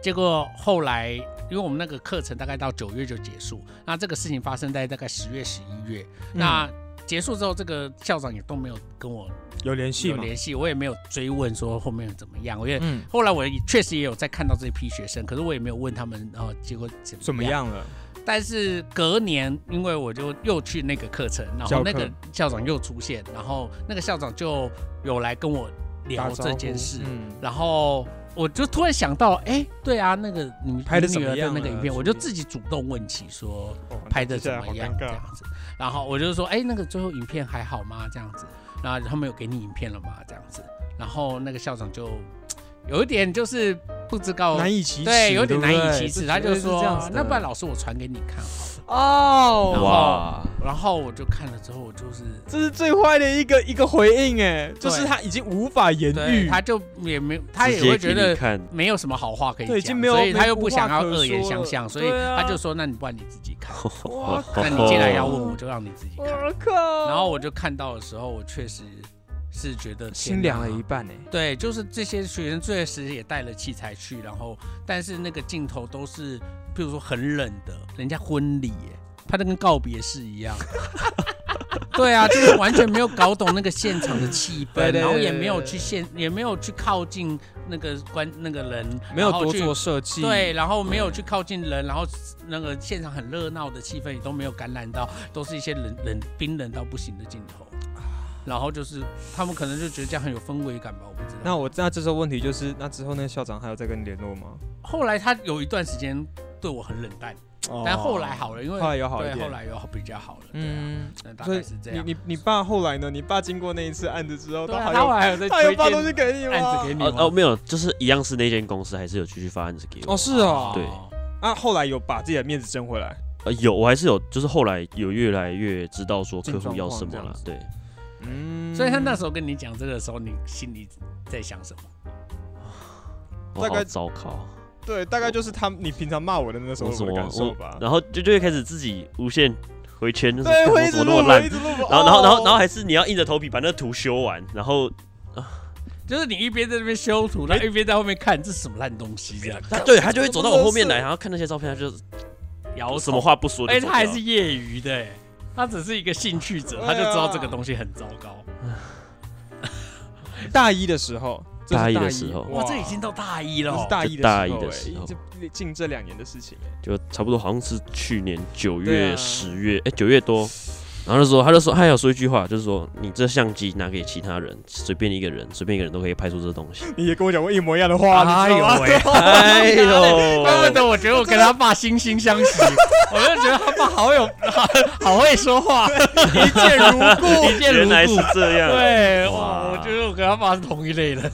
Speaker 2: 结果后来，因为我们那
Speaker 3: 嗯
Speaker 2: 个课程大概到九月就结束，那这个事情发生在大概十月、十一月，那结束之后，这个校长也都没有跟我
Speaker 3: 有联系
Speaker 2: 有
Speaker 3: 吗？
Speaker 2: 联系，我也没有追问说后面怎么样。我也
Speaker 3: 嗯，
Speaker 2: 后来我也确实也有在看到这批学生，可是我也没有问他们哦，结果怎么
Speaker 3: 怎么
Speaker 2: 样？
Speaker 3: 样了？
Speaker 2: 但是隔年，因为我就又去那个课程，然
Speaker 3: 校
Speaker 2: 后
Speaker 3: 课
Speaker 2: 那个校长又出现，然后那个校长就有来跟我聊这件事，
Speaker 3: 嗯，
Speaker 2: 然后我就突然想到，哎，对啊，那个你
Speaker 3: 拍得
Speaker 2: 你
Speaker 3: 怎
Speaker 2: 女
Speaker 3: 么
Speaker 2: 儿的
Speaker 3: 样啊
Speaker 2: 那个
Speaker 3: 了
Speaker 2: 影片，
Speaker 3: 是
Speaker 2: 我就
Speaker 3: 不是
Speaker 2: 自己主动问起说
Speaker 3: 哦
Speaker 2: 拍的
Speaker 3: 接
Speaker 2: 怎
Speaker 3: 下来
Speaker 2: 么
Speaker 3: 好
Speaker 2: 样
Speaker 3: 尴
Speaker 2: 这
Speaker 3: 尬。
Speaker 2: 样子，然后我就说，哎，那个最后影片还好吗？这样子，然后他们有给你影片了吗？这样子，然后那个校长就有一点就是不知道。
Speaker 3: 难以启齿，
Speaker 2: 对，有点
Speaker 3: 不
Speaker 2: 难以
Speaker 3: 对
Speaker 2: 启齿，
Speaker 3: 这
Speaker 2: 他
Speaker 3: 绝
Speaker 2: 就
Speaker 3: 对是
Speaker 2: 说
Speaker 3: 这样子：“的
Speaker 2: 那不然老师，我传给你看好了然后
Speaker 3: 哦，
Speaker 1: 哇，
Speaker 2: 然后我就看了之后，我就是，
Speaker 3: 这是最坏的一个一个回应哎，就是他已经无法言
Speaker 2: 对，
Speaker 3: 喻，
Speaker 2: 他就也没，他
Speaker 1: 直
Speaker 2: 也
Speaker 1: 接
Speaker 2: 会觉
Speaker 1: 给你
Speaker 2: 得
Speaker 1: 看
Speaker 2: 没有什么好话可以讲，
Speaker 3: 对已经没有
Speaker 2: 所以他
Speaker 3: 没
Speaker 2: 又不
Speaker 3: 无
Speaker 2: 想
Speaker 3: 话
Speaker 2: 要
Speaker 3: 可
Speaker 2: 恶言
Speaker 3: 说
Speaker 2: 相
Speaker 3: 了
Speaker 2: 向，所以
Speaker 3: 对啊哦
Speaker 2: 他就说：“那你不然你自己看，
Speaker 3: 哇
Speaker 2: 那你既然要
Speaker 3: 哦
Speaker 2: 问，我就让你自己看。
Speaker 3: 我”靠，
Speaker 2: 然后我就看到的时候，我确实是觉得
Speaker 3: 心凉了
Speaker 2: 天哪
Speaker 3: 一半哎，
Speaker 2: 对，就是这些学生确实也带了器材去，然后但是那个镜头都是，比如说很冷的，人家婚礼耶，拍的跟告别式一样。 对啊，就是完全没有搞懂那个现场的气氛，
Speaker 3: 对对
Speaker 2: 然后
Speaker 3: 对
Speaker 2: 也
Speaker 3: 对
Speaker 2: 没有
Speaker 3: 对
Speaker 2: 去现，也没有去靠近那个观那个人，
Speaker 3: 没有
Speaker 2: 然后
Speaker 3: 多
Speaker 2: 去
Speaker 3: 做设计，
Speaker 2: 对，然后没有去靠近人，然后那个现场很热闹的气氛也都没有感染到，都是一些冷冷冰冷到不行的镜头。然后就是他们可能就觉得这样很有氛围感吧，我不知道。
Speaker 3: 那我那这时候问题就是，那之后那个校长还有再跟你联络吗？
Speaker 2: 后来他有一段时间对我很冷淡，但哦后来好了，因为
Speaker 3: 哦后来有好一
Speaker 2: 对
Speaker 3: 点，
Speaker 2: 后来有好比较好了。嗯，
Speaker 3: 嗯，
Speaker 2: 那大
Speaker 3: 所
Speaker 2: 概
Speaker 3: 以
Speaker 2: 是这
Speaker 3: 你
Speaker 2: 样。
Speaker 3: 你你爸后来呢？你爸经过那一次案子之后，
Speaker 2: 对啊，
Speaker 3: 他还
Speaker 2: 他
Speaker 3: 有
Speaker 2: 还有在
Speaker 3: 他有
Speaker 2: 推
Speaker 3: 发东
Speaker 2: 荐
Speaker 3: 西给你
Speaker 2: 案子给
Speaker 3: 吗？
Speaker 2: 你
Speaker 1: 哦哦
Speaker 2: 吗？
Speaker 1: 没有，就是一样是那间公司还是有继续发案子给我
Speaker 3: 哦，，是哦，
Speaker 1: 对
Speaker 3: 那后来有把自己的面子争回来，
Speaker 1: 呃有我还是有，就是后来有越来越知道说客
Speaker 3: 进
Speaker 1: 户
Speaker 3: 状
Speaker 1: 要
Speaker 3: 况
Speaker 1: 什么
Speaker 3: 这样
Speaker 1: 了
Speaker 3: 子，
Speaker 1: 对，
Speaker 3: 嗯
Speaker 2: 所以他那时候跟你讲这个的时候，你心里在想什么？
Speaker 1: 我
Speaker 3: 大
Speaker 1: 好
Speaker 3: 概
Speaker 1: 糟糕。
Speaker 3: 对，大概就是他你平常骂我的那时候
Speaker 1: 我怎
Speaker 3: 的
Speaker 1: 么
Speaker 3: 感受
Speaker 1: 我
Speaker 3: 吧，。
Speaker 1: 然后就就会开始自己无限回圈，就是
Speaker 3: 对，
Speaker 1: 干
Speaker 3: 会一
Speaker 1: 我怎么
Speaker 3: 直录
Speaker 1: 那么
Speaker 3: 我，
Speaker 1: 烂
Speaker 3: 一？直录我，
Speaker 1: 然后然后然后然后
Speaker 3: 哦
Speaker 1: 还是你要硬着头皮把那图修完，然后
Speaker 2: 就是你一边在那边修图，然后一边在后面看这是什么烂东西这样。
Speaker 1: 他对他就会走到我后面来，
Speaker 3: 真的是
Speaker 1: 然后看那些照片，他就
Speaker 2: 摇
Speaker 1: 什么话不说就
Speaker 2: 哎，
Speaker 1: 走
Speaker 2: 他还
Speaker 1: 掉
Speaker 2: 是业余的、哎他只是一个兴趣者，
Speaker 3: 对啊
Speaker 2: 他就知道这个东西很糟糕。
Speaker 3: 大一的时候，这是
Speaker 1: 大
Speaker 3: 大
Speaker 1: 一的时候
Speaker 2: 哇，这已经到大一了
Speaker 3: 这
Speaker 2: 哦、
Speaker 3: 是大一的
Speaker 1: 就大一
Speaker 3: 时候
Speaker 1: 的
Speaker 3: 哎
Speaker 1: 时候
Speaker 3: 这近这两年的事情哎。
Speaker 1: 就差不多好像是去年九
Speaker 3: 对
Speaker 1: 月、
Speaker 3: 啊
Speaker 1: 十、月，哎、九月多。然后就说，他就说，他有说一句话，就是说，你这相机拿给其他人，随便一个人，随便一个人都可以拍出这东 西。
Speaker 3: 你也跟我讲过一模一样的话，
Speaker 2: 哎
Speaker 3: 你知
Speaker 2: 呦
Speaker 3: 道吗
Speaker 2: 喂，
Speaker 1: 哎
Speaker 2: 怪不
Speaker 1: 呦，
Speaker 2: 得我觉得我跟他爸惺惺相惜，我就觉得他爸好有好 好会说话， 一见如故，一见如
Speaker 1: 原来是
Speaker 2: 故。
Speaker 1: 这样。
Speaker 2: 对，哇，
Speaker 1: 哇
Speaker 2: 我觉得我跟他爸是同一类的。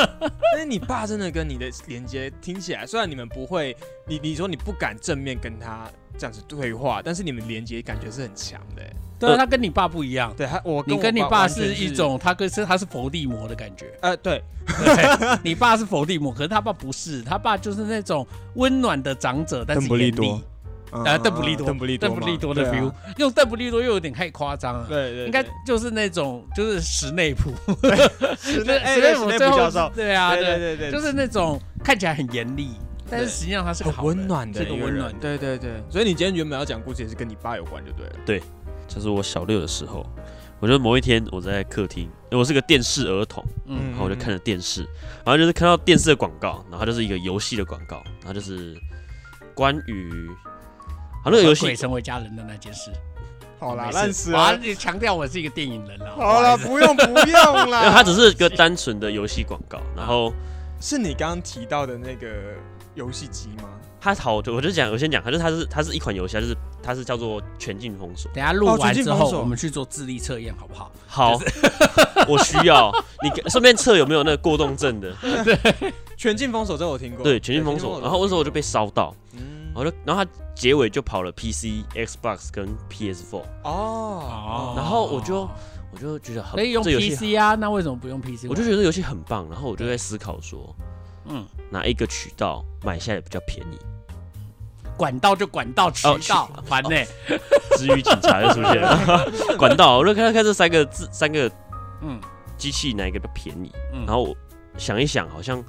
Speaker 3: 但是你爸真的跟你的连接听起来，虽然你们不会，你你说你不敢正面跟他这样子对话，但是你们连接感觉是很强的欸。
Speaker 2: 对，他跟你爸不一样，
Speaker 3: 对他，我
Speaker 2: 你
Speaker 3: 我
Speaker 2: 跟你爸
Speaker 3: 完全
Speaker 2: 是
Speaker 3: 是
Speaker 2: 一，种，他跟是他是伏地魔的感觉。
Speaker 3: 呃，对，
Speaker 2: 对， 你爸是伏地魔，可是他爸不是，他爸就是那种温暖的长者，但是严厉，呃，邓布利多，
Speaker 3: 嗯邓布利多
Speaker 2: 邓
Speaker 3: 嘛，
Speaker 2: 布利多的
Speaker 3: 对啊
Speaker 2: feel，、用邓布利多又有点太夸张了。
Speaker 3: 对对，
Speaker 2: 应该
Speaker 3: 对
Speaker 2: 就是那种，就是史内普，
Speaker 3: 是
Speaker 2: 对
Speaker 3: 哎
Speaker 2: 史
Speaker 3: 对
Speaker 2: 内
Speaker 3: 史
Speaker 2: 普
Speaker 3: 内
Speaker 2: 最
Speaker 3: 普
Speaker 2: 后
Speaker 3: 教
Speaker 2: 是
Speaker 3: 授，
Speaker 2: 对啊，
Speaker 3: 对
Speaker 2: 对，
Speaker 3: 对对，
Speaker 2: 就是那种看起来很严厉，但是
Speaker 3: 对
Speaker 2: 实际上他是个
Speaker 3: 很
Speaker 2: 好人
Speaker 3: 温暖的
Speaker 2: 是个
Speaker 3: 一个
Speaker 2: 温暖
Speaker 3: 人，啊
Speaker 2: 的。
Speaker 3: 对对对。所以你今天原本要讲故事也是跟你爸有关，就对了。
Speaker 1: 就是我小六的时候，我就某一天我在客厅，因为我是个电视儿童，
Speaker 2: 嗯
Speaker 1: 然后我就看着电视，然后就是看到电视的广告，然后它就是一个游戏的广告，然后就是关于，好那个游戏
Speaker 2: 鬼成为家人的那件事，
Speaker 3: 好啦，
Speaker 2: 没事
Speaker 3: 烂死
Speaker 2: 哇
Speaker 3: 了。
Speaker 2: 你强调我是一个电影人啊了。
Speaker 3: 好啦，
Speaker 2: 不好意思
Speaker 3: 不用不用啦。
Speaker 1: 因 为它只是一个单纯的游戏广告，然后
Speaker 3: 是你刚刚提到的那个游戏机吗？
Speaker 1: 它好，我就讲，我先讲，它就是它是它是一款游戏，它啊就是它是叫做全境封锁。
Speaker 2: 等一下录
Speaker 3: 哦
Speaker 2: 完
Speaker 3: 最
Speaker 2: 之
Speaker 3: 近
Speaker 2: 后
Speaker 3: 封，锁
Speaker 2: 我们去做智力测验，好不好？
Speaker 1: 好， 我需要你 给顺便测有没有那个过动症 的，
Speaker 3: 全境封锁这我听过。
Speaker 1: 对，全境封锁。然后那时候我就被烧到，
Speaker 3: 嗯，
Speaker 1: 我就然后它结尾就跑了 PC、Xbox 跟 PS4，
Speaker 3: 哦，
Speaker 1: 然后我就我就觉得很
Speaker 2: 可以用
Speaker 1: 这游戏
Speaker 2: PC 啊，那为什么不用 PC？
Speaker 1: 我就觉得这游戏很棒，然后我就在思考说，
Speaker 2: 嗯，
Speaker 1: 哪一个渠道买下来比较便宜？
Speaker 2: 管道就管道，渠
Speaker 1: 哦
Speaker 2: 道烦欸呢。
Speaker 1: 至于警察就出现了，管道，我就看看这三个字三个
Speaker 2: 嗯
Speaker 1: 机器哪一个比较便宜，
Speaker 2: 嗯，
Speaker 1: 然后我想一想，好像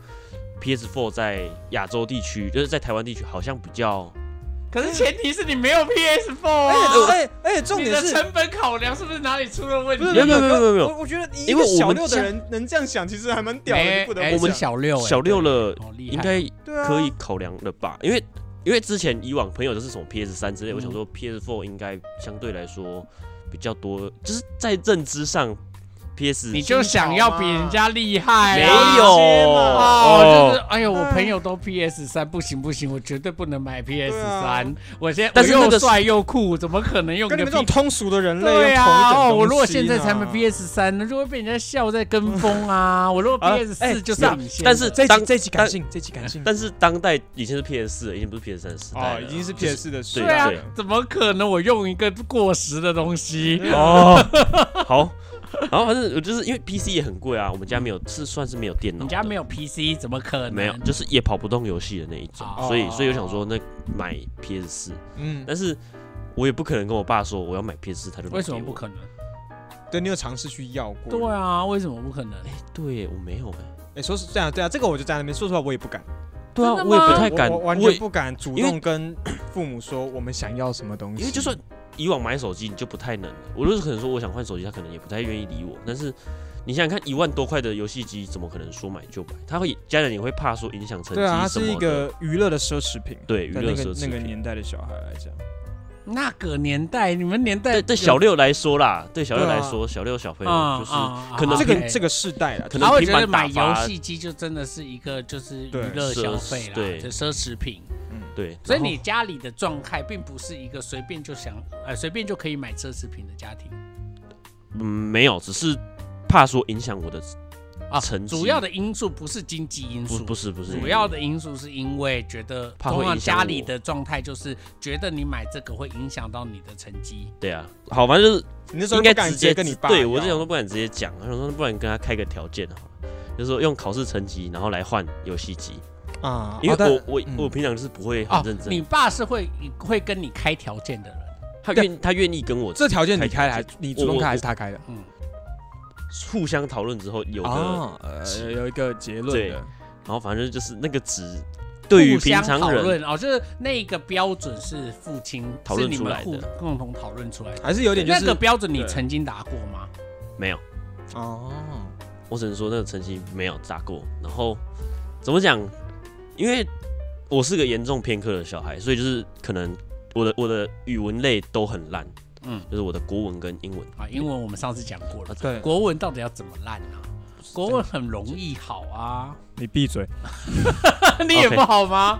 Speaker 1: PS4 在亚洲地区，就是在台湾地区好像比较
Speaker 2: 可是前提是你没有 PS4
Speaker 1: 哦
Speaker 2: 啊，
Speaker 3: 哎哎，重
Speaker 2: 你
Speaker 3: 点
Speaker 2: 的
Speaker 3: 是
Speaker 2: 成本考量是不是哪里出了问题
Speaker 3: 不？是
Speaker 1: 没有没有没有没有没有
Speaker 3: 我我觉得一
Speaker 1: 因为
Speaker 3: 个
Speaker 1: 我
Speaker 3: 小
Speaker 1: 们
Speaker 3: 六的
Speaker 1: 像
Speaker 3: 人能这样想，其实还蛮屌的，你不得
Speaker 2: 哎
Speaker 3: 不
Speaker 1: 我们
Speaker 3: 讲
Speaker 2: 小六哎
Speaker 1: 小六了，
Speaker 2: 好厉害
Speaker 1: 应该
Speaker 3: 对啊，
Speaker 1: 可以考量了吧？因为因为之前以往朋友都是什么 PS 三
Speaker 2: 嗯
Speaker 1: 之类，我想说 PS Four 应该相对来说比较多，就是在认知上 PS
Speaker 2: 你就想要比人家厉害
Speaker 1: 没
Speaker 2: 啊、
Speaker 1: 有
Speaker 2: 哦，就是哎呦，我
Speaker 3: 哎
Speaker 2: 朋友都 PS 三，不行不行，我绝对不能买 PS 三、我现在
Speaker 1: 但是
Speaker 2: 我
Speaker 1: 那个是
Speaker 2: 又帅又酷，怎么可能用
Speaker 3: 啊跟你
Speaker 2: 个
Speaker 3: 们这种
Speaker 2: P？
Speaker 3: 通俗的人类，
Speaker 2: 对
Speaker 3: 呀、
Speaker 2: 啊，哦，
Speaker 3: 哦，
Speaker 2: 我如果现在才买 PS 三，那就会被人家笑在跟风 啊。我如果
Speaker 3: 啊
Speaker 2: PS
Speaker 3: 哎
Speaker 2: 四就是
Speaker 1: 没有
Speaker 2: 领先的，
Speaker 1: 但是
Speaker 3: 这一集
Speaker 1: 当
Speaker 3: 这一集感
Speaker 1: 但
Speaker 3: 性，这一集感
Speaker 2: 嗯
Speaker 3: 性，
Speaker 1: 但是当代已经是 PS 四，已经不是 PS 三时代
Speaker 3: 哦，
Speaker 1: 了，
Speaker 3: 已经是
Speaker 1: 就是
Speaker 3: PS 的时
Speaker 1: 对
Speaker 2: 对啊
Speaker 1: 对，
Speaker 2: 怎么可能我用一个过时的东西？
Speaker 3: 啊
Speaker 1: 哦，好，然后反正我就是因为 PC 也很贵啊，我们家没有是算是没有电脑的，
Speaker 2: 嗯你家没有 PC，怎么可能？
Speaker 1: 没有，就是也跑不动游戏的那一种，
Speaker 2: 哦
Speaker 1: 所以所以我想说那买 PS 四，
Speaker 3: 嗯，
Speaker 1: 但是我也不可能跟我爸说我要买 PS 四，他就买
Speaker 2: 为什么
Speaker 1: 给我
Speaker 2: 不？可能？
Speaker 3: 对你有尝试去要过？
Speaker 2: 对啊，为什么不可能？
Speaker 1: 对我没有哎、
Speaker 3: 哎、说是这样，对啊，这个我就在那边，说实话我也不敢，
Speaker 1: 对啊，
Speaker 2: 真的
Speaker 1: 我也不
Speaker 2: 吗
Speaker 1: 太
Speaker 3: 我
Speaker 1: 敢，
Speaker 3: 我
Speaker 1: 我
Speaker 3: 完
Speaker 1: 也
Speaker 3: 全不敢主
Speaker 1: 因为
Speaker 3: 动跟父母说我们想要什么东西，
Speaker 1: 因为就算以往买手机，你就不太能。我就是可能说我想换手机，他可能也不太愿意理我。但是你想想看，一万多块的游戏机，怎么可能说买就买？他会家人也会怕说影响成绩
Speaker 3: 对啊，它
Speaker 1: 什
Speaker 3: 是一
Speaker 1: 么的。
Speaker 3: 个娱乐的奢侈品，
Speaker 1: 对娱
Speaker 3: 在
Speaker 1: 乐
Speaker 3: 那
Speaker 1: 奢
Speaker 3: 个
Speaker 1: 侈
Speaker 3: 那个
Speaker 1: 品
Speaker 3: 年代的小孩来讲，
Speaker 2: 那个年代，你们年代
Speaker 1: 对对小六来说啦，对小六
Speaker 3: 对啊嗯
Speaker 1: 来说，小六小朋友
Speaker 2: 啊，
Speaker 1: 就是
Speaker 2: 啊
Speaker 1: 可能
Speaker 2: 啊
Speaker 3: 这个
Speaker 2: OK
Speaker 3: 这个世代了，
Speaker 1: 可
Speaker 2: 他
Speaker 1: 能
Speaker 2: 会
Speaker 1: 平
Speaker 2: 觉得
Speaker 1: 板
Speaker 2: 买
Speaker 1: 打
Speaker 2: 游
Speaker 1: 发，
Speaker 2: 戏机就真的是一个就是娱
Speaker 3: 对
Speaker 2: 乐消
Speaker 1: 奢
Speaker 2: 费啦，
Speaker 1: 对
Speaker 2: 就奢侈品。
Speaker 3: 嗯
Speaker 1: 对，
Speaker 2: 所
Speaker 1: 然
Speaker 2: 以
Speaker 1: 后
Speaker 2: 你家里的状态并不是一个随便就想呃随便就可以买奢侈品的家庭
Speaker 1: 嗯没有，只是怕说影响我的
Speaker 2: 啊。
Speaker 1: 成绩
Speaker 2: 主要的因素不是经济因
Speaker 1: 不
Speaker 2: 素，
Speaker 1: 不是不是
Speaker 2: 主要的因素是因为觉得
Speaker 1: 怕会
Speaker 2: 通常
Speaker 1: 影响我
Speaker 2: 家里的状态就是觉得你买这个会影响到你的成绩。
Speaker 1: 对啊，好，反正就是
Speaker 3: 你那时候
Speaker 1: 应
Speaker 3: 就
Speaker 1: 该
Speaker 3: 不敢
Speaker 1: 直
Speaker 3: 直接
Speaker 1: 接
Speaker 3: 跟你爸要，
Speaker 1: 对我就想说不敢直接讲，我想说不然跟他开个条件好了，就是说用考试成绩然后来换游戏机。
Speaker 3: 啊，
Speaker 1: 因
Speaker 3: 哦但
Speaker 1: 为我我
Speaker 3: 嗯
Speaker 1: 我平常是不会
Speaker 2: 哦
Speaker 1: 很认，真，
Speaker 2: 你爸是会会跟你开条件的人，
Speaker 1: 他愿他愿意跟我
Speaker 3: 这条件你开的，
Speaker 1: 开
Speaker 3: 还你主动开还是他开的？
Speaker 2: 嗯，
Speaker 1: 互相讨论之后有的，
Speaker 2: 哦
Speaker 3: 啊，呃，有一个结论
Speaker 1: 对
Speaker 3: 的，
Speaker 1: 然后反正就是那个值，对于
Speaker 2: 互
Speaker 1: 平
Speaker 2: 相
Speaker 1: 常
Speaker 2: 讨
Speaker 1: 人，
Speaker 2: 论哦，就是那一个标准是父亲
Speaker 1: 讨论
Speaker 2: 是你们
Speaker 1: 出来的
Speaker 2: 互共同讨论出来的。
Speaker 3: 还是有点就
Speaker 2: 那
Speaker 3: 是
Speaker 2: 个标准你
Speaker 3: 对
Speaker 2: 曾经打过吗？
Speaker 1: 没有，
Speaker 3: 哦，
Speaker 1: 我只能说那个成绩没有炸过。然后怎么讲？因为我是个严重偏科的小孩，所以就是可能我的我的语文类都很烂，
Speaker 2: 嗯
Speaker 1: 嗯，就是我的国文跟英文。
Speaker 2: 啊，英文我们上次讲过
Speaker 1: 啊
Speaker 2: 了，
Speaker 3: 对，
Speaker 2: 国文到底要怎么烂啊？国文很容易好啊，
Speaker 3: 你闭嘴，
Speaker 2: 你也不好吗？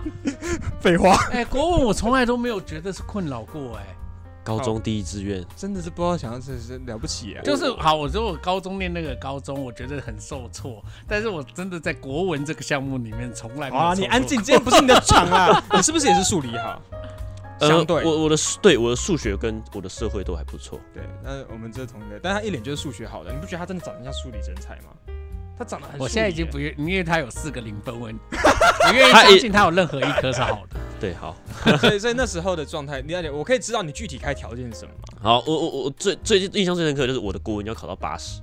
Speaker 3: 废话，
Speaker 2: 哎、国文我从来都没有觉得是困扰过、
Speaker 1: 哦
Speaker 2: 哎，
Speaker 1: 高中第一志愿，
Speaker 3: 真的是不知道想要这是了不起啊，
Speaker 2: 就是好，我说我高中念那个高中，我觉得很受挫，但是我真的在国文这个项目里面从来没有
Speaker 3: 啊，
Speaker 2: 受挫
Speaker 3: 你安静，今天不是你的场啊， 你是不是也是数理好？相对
Speaker 1: 呃我我的对我的数学跟我的社会都还不错，
Speaker 3: 对，那我们这同一个，但他一脸就是数学好的，你不觉得他真的长得像数理人才吗？他长得很，
Speaker 2: 我现在已经不愿，因为他有四个零分 文，我愿意
Speaker 1: 他
Speaker 2: 相
Speaker 1: 也
Speaker 2: 信他有任何一科是好的。
Speaker 1: 对，好。
Speaker 3: 所以所以那时候的状态，你了解，我可以知道你具体开条件是什么吗？
Speaker 1: 好，我我我最最印象最深刻的就是我的国文要考到八十，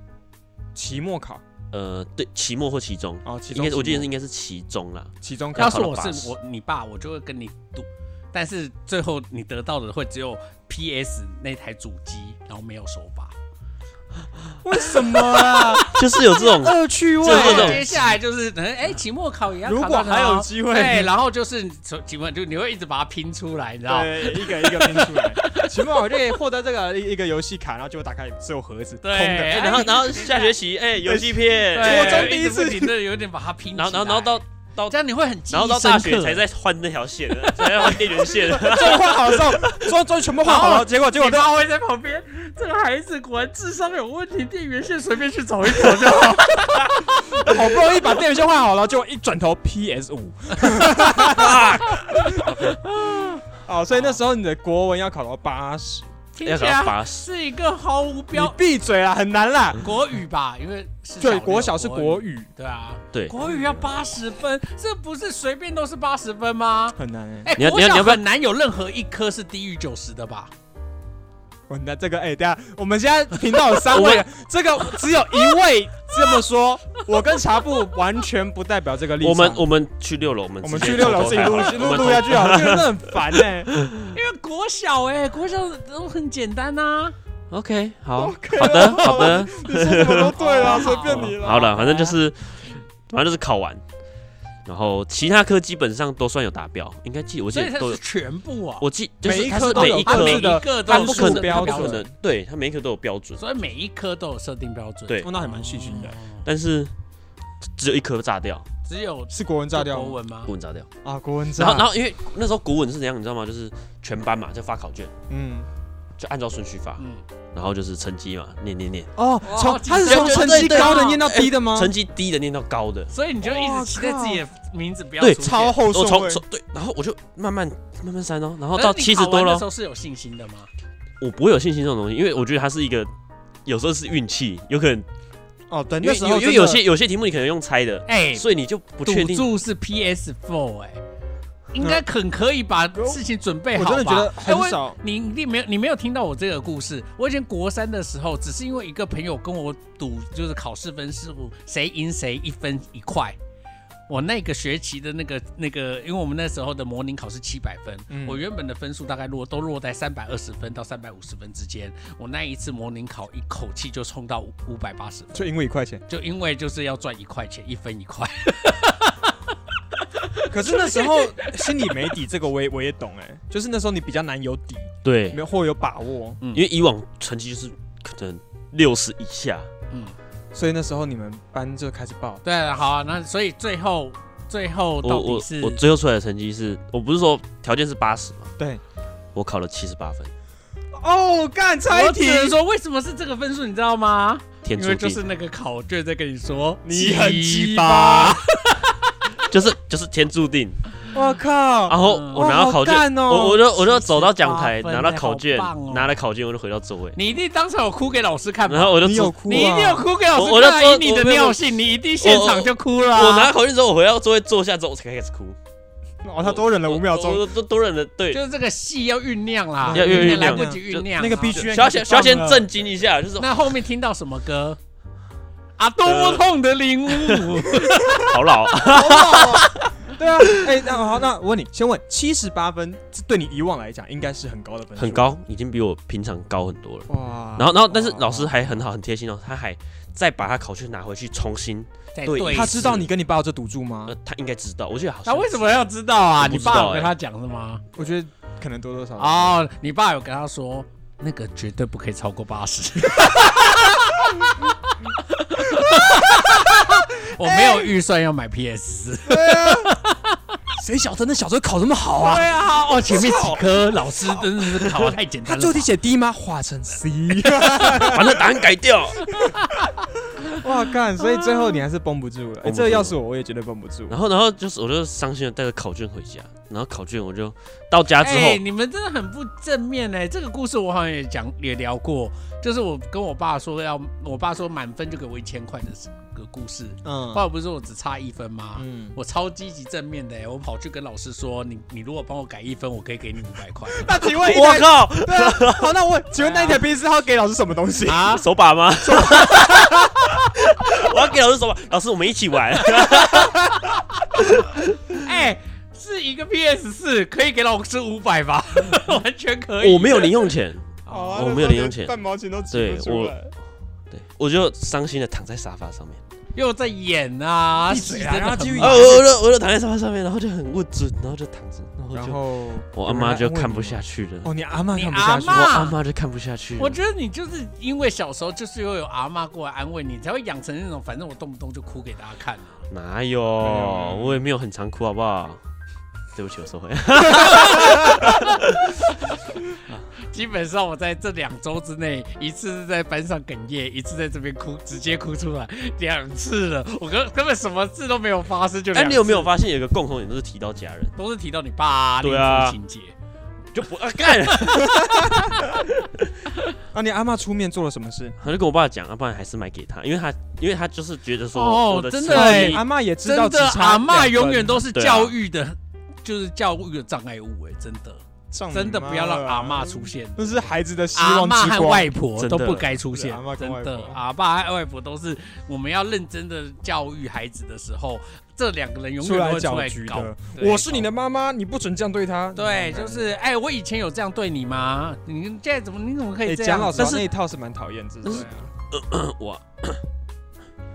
Speaker 3: 期末考
Speaker 1: 呃，对，期末或期中，
Speaker 3: 哦，期
Speaker 1: 应
Speaker 3: 中
Speaker 1: 该是我记得是
Speaker 3: 期
Speaker 1: 应该是期中啦。
Speaker 3: 末期中考
Speaker 2: 要是我
Speaker 1: 考到
Speaker 2: 是
Speaker 1: 80
Speaker 2: 我你爸，我就会跟你赌，但是最后你得到的会只有 PS 那台主机，然后没有手把。
Speaker 3: 为什么 啊？
Speaker 1: 就是有这种，
Speaker 3: 恶趣味，
Speaker 1: 就是这种
Speaker 2: 接下来就是可能哎，期末考也要
Speaker 3: 如
Speaker 2: 考
Speaker 3: 果
Speaker 2: 到
Speaker 3: 还
Speaker 2: 它
Speaker 3: 有
Speaker 2: 哦
Speaker 3: 机会
Speaker 2: 对，然后就是从期末就你会一直把它拼出来，你知道。
Speaker 3: 对，一个一个拼出来。期末考就可以获得这个一一个游戏卡，然后结果打开只有盒子，空
Speaker 2: 对
Speaker 3: 的。
Speaker 1: 然后然后下学期哎游戏片，
Speaker 2: 对
Speaker 3: 我中第一
Speaker 2: 直
Speaker 3: 次
Speaker 2: 不停的有点把它拼起
Speaker 1: 然
Speaker 2: 来，
Speaker 1: 后然后然后到
Speaker 2: 这样你会很记忆
Speaker 1: 然后到大
Speaker 2: 深
Speaker 1: 学
Speaker 2: 刻
Speaker 1: 才在换那条线，才在换电源线。
Speaker 3: 终于画好了之后，终终于全部画好
Speaker 2: 然
Speaker 3: 了，
Speaker 2: 后
Speaker 3: 结果
Speaker 2: 结
Speaker 3: 结
Speaker 2: 果
Speaker 3: 果都
Speaker 2: 他会在旁边，这个孩子果然智商有问题，电源线随便去找一找就好。
Speaker 3: 好不容易把电源线画好了，结果一转头 PS 五。 哦，所以那时候你的国文要考到八十，
Speaker 2: 听
Speaker 1: 要
Speaker 2: 起
Speaker 1: 考到
Speaker 2: 来
Speaker 1: 八十，
Speaker 2: 是一个毫无
Speaker 3: 你
Speaker 2: 标
Speaker 3: 闭嘴啦，很难啦。
Speaker 2: 国语吧，因为是
Speaker 3: 对，
Speaker 2: 六
Speaker 3: 国小是国，语，
Speaker 2: 对啊，
Speaker 1: 对，
Speaker 2: 国语要八十分，这不是随便都是八十分吗？
Speaker 3: 很难哎。
Speaker 2: 哎，
Speaker 1: 你要
Speaker 2: 国
Speaker 1: 你要你
Speaker 2: 小
Speaker 1: 要不要
Speaker 2: 很难有任何一科是低于九十的吧？
Speaker 3: 完蛋，这个哎、等一下我们现在频道有 三位人，这个只有一位这么说，我跟茶布完全不代表这个立场。
Speaker 1: 我们我们去六楼，我们
Speaker 3: 我们
Speaker 1: 直接
Speaker 3: 去六楼
Speaker 1: 偷
Speaker 3: 自
Speaker 1: 偷
Speaker 3: 己录
Speaker 1: 看
Speaker 3: 录
Speaker 1: 我们
Speaker 3: 录下去啊，这个真的很烦 哎、
Speaker 1: 嗯
Speaker 2: 因为国小哎、国小都很简单啊呐、
Speaker 1: OK，好
Speaker 3: OK
Speaker 1: 好的，好的，
Speaker 3: 你说什么都对啊，随便你了。
Speaker 1: 好了，反正就是，反正就是考完，然后其他科基本上都算有达标，应该记我记
Speaker 2: 所以
Speaker 1: 得
Speaker 2: 它
Speaker 1: 都有
Speaker 2: 是，全部哦，
Speaker 1: 我记就是
Speaker 3: 每一
Speaker 1: 它
Speaker 3: 科
Speaker 1: 是
Speaker 3: 都
Speaker 1: 每
Speaker 3: 有
Speaker 1: 一
Speaker 3: 各
Speaker 1: 科
Speaker 3: 自
Speaker 2: 每
Speaker 3: 的
Speaker 2: 一个
Speaker 1: 它
Speaker 2: 都
Speaker 1: 不可
Speaker 2: 有设
Speaker 1: 能，它
Speaker 2: 定标
Speaker 1: 不可能
Speaker 2: 准，，
Speaker 1: 对，它每一科都有标准，
Speaker 2: 所以每一科都有设定标准。嗯
Speaker 1: 对
Speaker 3: 哦，那还蛮细心的，
Speaker 1: 但是只有一科炸掉，
Speaker 2: 只有
Speaker 3: 是国文炸掉
Speaker 2: 国
Speaker 3: 吗
Speaker 2: 文吗
Speaker 1: 古？文炸掉，
Speaker 3: 啊，国文炸。
Speaker 1: 然后然后因为那时候古文是怎样，你知道吗？就是全班嘛，就发考卷，
Speaker 3: 嗯，
Speaker 1: 就按照顺序发，
Speaker 2: 嗯，
Speaker 1: 然后就是成绩嘛，念念念，
Speaker 3: 哦，
Speaker 2: 哇
Speaker 3: 从他是
Speaker 2: 对
Speaker 3: 从
Speaker 2: 对
Speaker 3: 成
Speaker 1: 对
Speaker 3: 绩
Speaker 1: 对
Speaker 3: 高的
Speaker 2: 对
Speaker 3: 念到低的吗？
Speaker 1: 成绩低的念到高的，
Speaker 2: 所以你就一
Speaker 3: 哇
Speaker 2: 直期待自己的名字不要
Speaker 1: 对
Speaker 2: 出现
Speaker 3: 超后
Speaker 1: 我
Speaker 3: 顺
Speaker 1: 从
Speaker 3: 位，
Speaker 1: 从对，然后我就慢慢慢慢删哦，然后
Speaker 2: 可
Speaker 1: 到
Speaker 2: 是你
Speaker 1: 七十
Speaker 2: 考完
Speaker 1: 多
Speaker 2: 的
Speaker 1: 了
Speaker 2: 时，候是有信心的吗？
Speaker 1: 我不会有信心这种东西，因为我觉得它是一个。有时候是运气，有可能
Speaker 3: 哦，对，
Speaker 1: 因为
Speaker 3: 那时候
Speaker 1: 有因为
Speaker 3: 真的
Speaker 1: 有些有些题目你可能用猜的，
Speaker 2: 哎、
Speaker 1: 所以你就不确
Speaker 2: 赌
Speaker 1: 定。
Speaker 2: 注是 PS Four 哎、应该很可以把事情准备好
Speaker 3: 我
Speaker 2: 吧。
Speaker 3: 真的觉得
Speaker 2: 哎我
Speaker 3: 很少。
Speaker 2: 你一定没有，你没有听到我这个故事。我以前国三的时候，只是因为一个朋友跟我赌，就是考试分数，谁赢谁一分一块。我那个学期的那个那个，因为我们那时候的模拟考试七百分，
Speaker 3: 嗯
Speaker 2: 我原本的分数大概落都落在三百二十分到三百五十分之间。我那一次模拟考一口气就冲到五百八十分，
Speaker 3: 就因为一块钱，
Speaker 2: 就因为就是要赚一块钱，一分一块。
Speaker 3: 可是那时候心里没底，这个我也我也懂哎、就是那时候你比较难有底，
Speaker 1: 对
Speaker 3: 没有或有把握，
Speaker 1: 因为以往成绩就是可能六十以下，
Speaker 2: 嗯，
Speaker 3: 所以那时候你们班就开始报，
Speaker 2: 对啊，好啊，那所以最后最后
Speaker 1: 我
Speaker 2: 到底
Speaker 1: 我
Speaker 2: 是
Speaker 1: 我最后出来的成绩是我不是说条件是八十嘛，
Speaker 3: 对，
Speaker 1: 我考了七十八分，
Speaker 3: 哦，干猜
Speaker 2: 我
Speaker 3: 题
Speaker 2: 只，能说为什么是这个分数，你知道吗？
Speaker 1: 天
Speaker 2: 因
Speaker 1: 注
Speaker 2: 为
Speaker 1: 定，
Speaker 2: 就是那个考卷在跟你说
Speaker 3: 你很鸡巴
Speaker 2: 巴，
Speaker 1: 就是就是天注定。
Speaker 3: 我靠，
Speaker 1: 然后
Speaker 2: 嗯
Speaker 1: 我拿到考卷，
Speaker 3: 哇好干哦
Speaker 1: 我我就我就走到讲台
Speaker 2: 78分
Speaker 1: 拿到考卷，
Speaker 2: 好棒哦
Speaker 1: 拿了考卷我就回到座位，
Speaker 2: 你一定当场有哭给老师看吧？
Speaker 1: 然后我就
Speaker 3: 你
Speaker 1: 走
Speaker 3: 有哭、啊，
Speaker 2: 你一定有哭给老
Speaker 1: 我我
Speaker 2: 师
Speaker 1: 就
Speaker 2: 看啊，
Speaker 1: 说
Speaker 2: 以你的
Speaker 1: 我没有
Speaker 2: 尿性，你一定现场就哭了啊。
Speaker 1: 我拿到考卷之后我回到座位坐下之后我才开始哭，
Speaker 3: 哦，他多忍了五秒
Speaker 1: 我
Speaker 3: 钟，
Speaker 1: 我都多忍了，对，
Speaker 2: 就是这个戏要酝酿 啦，
Speaker 1: 要酝酿
Speaker 2: 来不及酝酿啊，
Speaker 3: 那个必须
Speaker 1: 需要先需要先震惊一下，就是
Speaker 2: 那后面听到什么歌？啊，多
Speaker 1: 呃
Speaker 2: 么痛的领悟！
Speaker 1: 好老，啊
Speaker 3: 对啊，哎、那好，那我问你，先问七十八分，这对你以往来讲应该是很高的分数，
Speaker 1: 很，高，已经比我平常高很多了。
Speaker 3: 哇
Speaker 1: 然后，然后，
Speaker 3: 哦
Speaker 1: 但是老师还很好，很贴心哦，他还再把他考卷拿回去重新，
Speaker 2: 再
Speaker 1: 对
Speaker 2: 对一次，
Speaker 3: 他知道你跟你爸有这赌注吗
Speaker 1: 呃？，他应该知道，我觉得好像
Speaker 2: 他为什么要知道啊？
Speaker 1: 我不
Speaker 2: 你
Speaker 1: 知道
Speaker 2: 爸有
Speaker 1: 欸
Speaker 2: 跟他讲是吗？
Speaker 3: 我觉得可能多多少少。
Speaker 2: 哦，你爸有跟他说，那个绝对不可以超过八十。 我没有预算要买 PS 四。
Speaker 3: 谁晓得那小时候考这么好 啊？
Speaker 2: 对啊，哦，前面几科老师真的是考的太简单
Speaker 3: 他
Speaker 2: 了。
Speaker 3: 最后题写 D 吗？化成 C。
Speaker 1: 把那答案改掉？
Speaker 3: 哇干！所以最后你还是绷不住了。哎、
Speaker 1: 绷不住
Speaker 3: 这个要是我，我也绝对绷不住。
Speaker 1: 然后，然后就是我就伤心的带着考卷回家，然后考卷我就到家之后，
Speaker 2: 哎、你们真的很不正面哎、这个故事我好像也讲也聊过，就是我跟我爸说要，我爸说满分就给我一千块的这个故事。后
Speaker 3: 嗯
Speaker 2: 来我不是说我只差一分吗？
Speaker 3: 嗯，
Speaker 2: 我超积极正面的、欸，我跑去跟老师说，你你如果帮我改一分，我可以给你五百 块。
Speaker 3: 那请问一
Speaker 1: 我
Speaker 3: 台，
Speaker 1: 靠，
Speaker 3: 对啊，好，那我问，请问那一台 B 四号给老师什么东 西？
Speaker 2: 啊，
Speaker 1: 手把吗？我要给老师手把，老 师我们一起玩，
Speaker 2: 哎、是一个 PS 四，可以给老师五百吧？
Speaker 3: 嗯
Speaker 2: 完全可以。
Speaker 1: 我没有零用钱，
Speaker 3: 好啊
Speaker 1: 哦我
Speaker 3: 那
Speaker 1: 没有
Speaker 3: 时候
Speaker 1: 零用
Speaker 3: 连
Speaker 1: 钱
Speaker 3: 半毛钱都挤
Speaker 1: 对
Speaker 3: 不出来。
Speaker 1: 对我就伤心的躺在沙发上面，
Speaker 2: 又在演啊，
Speaker 3: 闭嘴
Speaker 2: 戏
Speaker 3: 啊
Speaker 2: 真的
Speaker 3: 让他
Speaker 2: 很
Speaker 3: 继续
Speaker 1: 啊，
Speaker 2: 忙
Speaker 3: 演
Speaker 1: 我我就我就躺在沙发上面，然后就很无助，然后就躺着，然后
Speaker 3: 然
Speaker 1: 就
Speaker 3: 后
Speaker 1: 我阿妈就看不下去了，
Speaker 3: 哦，你阿妈
Speaker 2: 你
Speaker 3: 看不下去
Speaker 1: 我
Speaker 2: 阿，嬷
Speaker 1: 阿妈就看不下去了
Speaker 2: 我，觉得你就是因为小时候就是又有阿妈过来安慰你，才会养成那种反正我动不动就哭给大家看、啊。
Speaker 1: 哪有？
Speaker 3: 有
Speaker 1: 我也没有很常哭，好不好？ 对不起，我收回。
Speaker 2: 基本上我在这两周之内，一次是在班上哽咽，一次在这边哭，直接哭出来两次了。我根根本什么事都没有发生，就
Speaker 1: 哎，
Speaker 2: 两
Speaker 1: 你有没有
Speaker 2: 次
Speaker 1: 发现有一个共同点，就是提到家人
Speaker 2: 都是提到你爸、啊、
Speaker 1: 对啊
Speaker 2: 情节？
Speaker 1: 就不啊干，
Speaker 3: 哦那你阿妈出面做了什么事？
Speaker 1: 他就跟我爸讲，啊，不然还是买给他，因为他因为他就是觉得
Speaker 2: 哦
Speaker 1: 说我的
Speaker 2: 真的
Speaker 1: 成绩
Speaker 2: 哎
Speaker 3: 阿妈也知道
Speaker 2: 真
Speaker 3: 只
Speaker 2: 的，
Speaker 3: 差
Speaker 2: 阿
Speaker 3: 两
Speaker 2: 嬷
Speaker 3: 分
Speaker 2: 永远都是
Speaker 1: 对啊
Speaker 2: 教育的，就是教育的障碍物哎、真的。
Speaker 3: 葬你妈
Speaker 2: 真的不要让阿嬷
Speaker 3: 妈
Speaker 2: 出，现。
Speaker 3: 那是孩子的希
Speaker 2: 阿
Speaker 3: 望
Speaker 2: 嬷
Speaker 3: 之
Speaker 2: 和
Speaker 3: 光。
Speaker 2: 外婆
Speaker 1: 真
Speaker 2: 都
Speaker 1: 的
Speaker 2: 不该出现
Speaker 3: 是阿嬷，跟
Speaker 2: 真
Speaker 3: 外
Speaker 2: 的，
Speaker 3: 婆
Speaker 2: 阿爸和外婆都是我们要认真的教育孩子的时候，这两个人永
Speaker 3: 出
Speaker 2: 远都会
Speaker 3: 来
Speaker 2: 出
Speaker 3: 搅
Speaker 2: 来
Speaker 3: 局
Speaker 2: 搞
Speaker 3: 的。，
Speaker 2: 对
Speaker 3: 我是你的妈妈，你不准这样对她。
Speaker 2: 对，就是哎、我以前有这样对你吗？你现在怎么你怎么可以
Speaker 3: 哎，
Speaker 2: 这样？
Speaker 3: 蒋老师
Speaker 2: 但
Speaker 3: 那
Speaker 2: 是
Speaker 3: 一套是蛮讨厌自己的。
Speaker 1: 我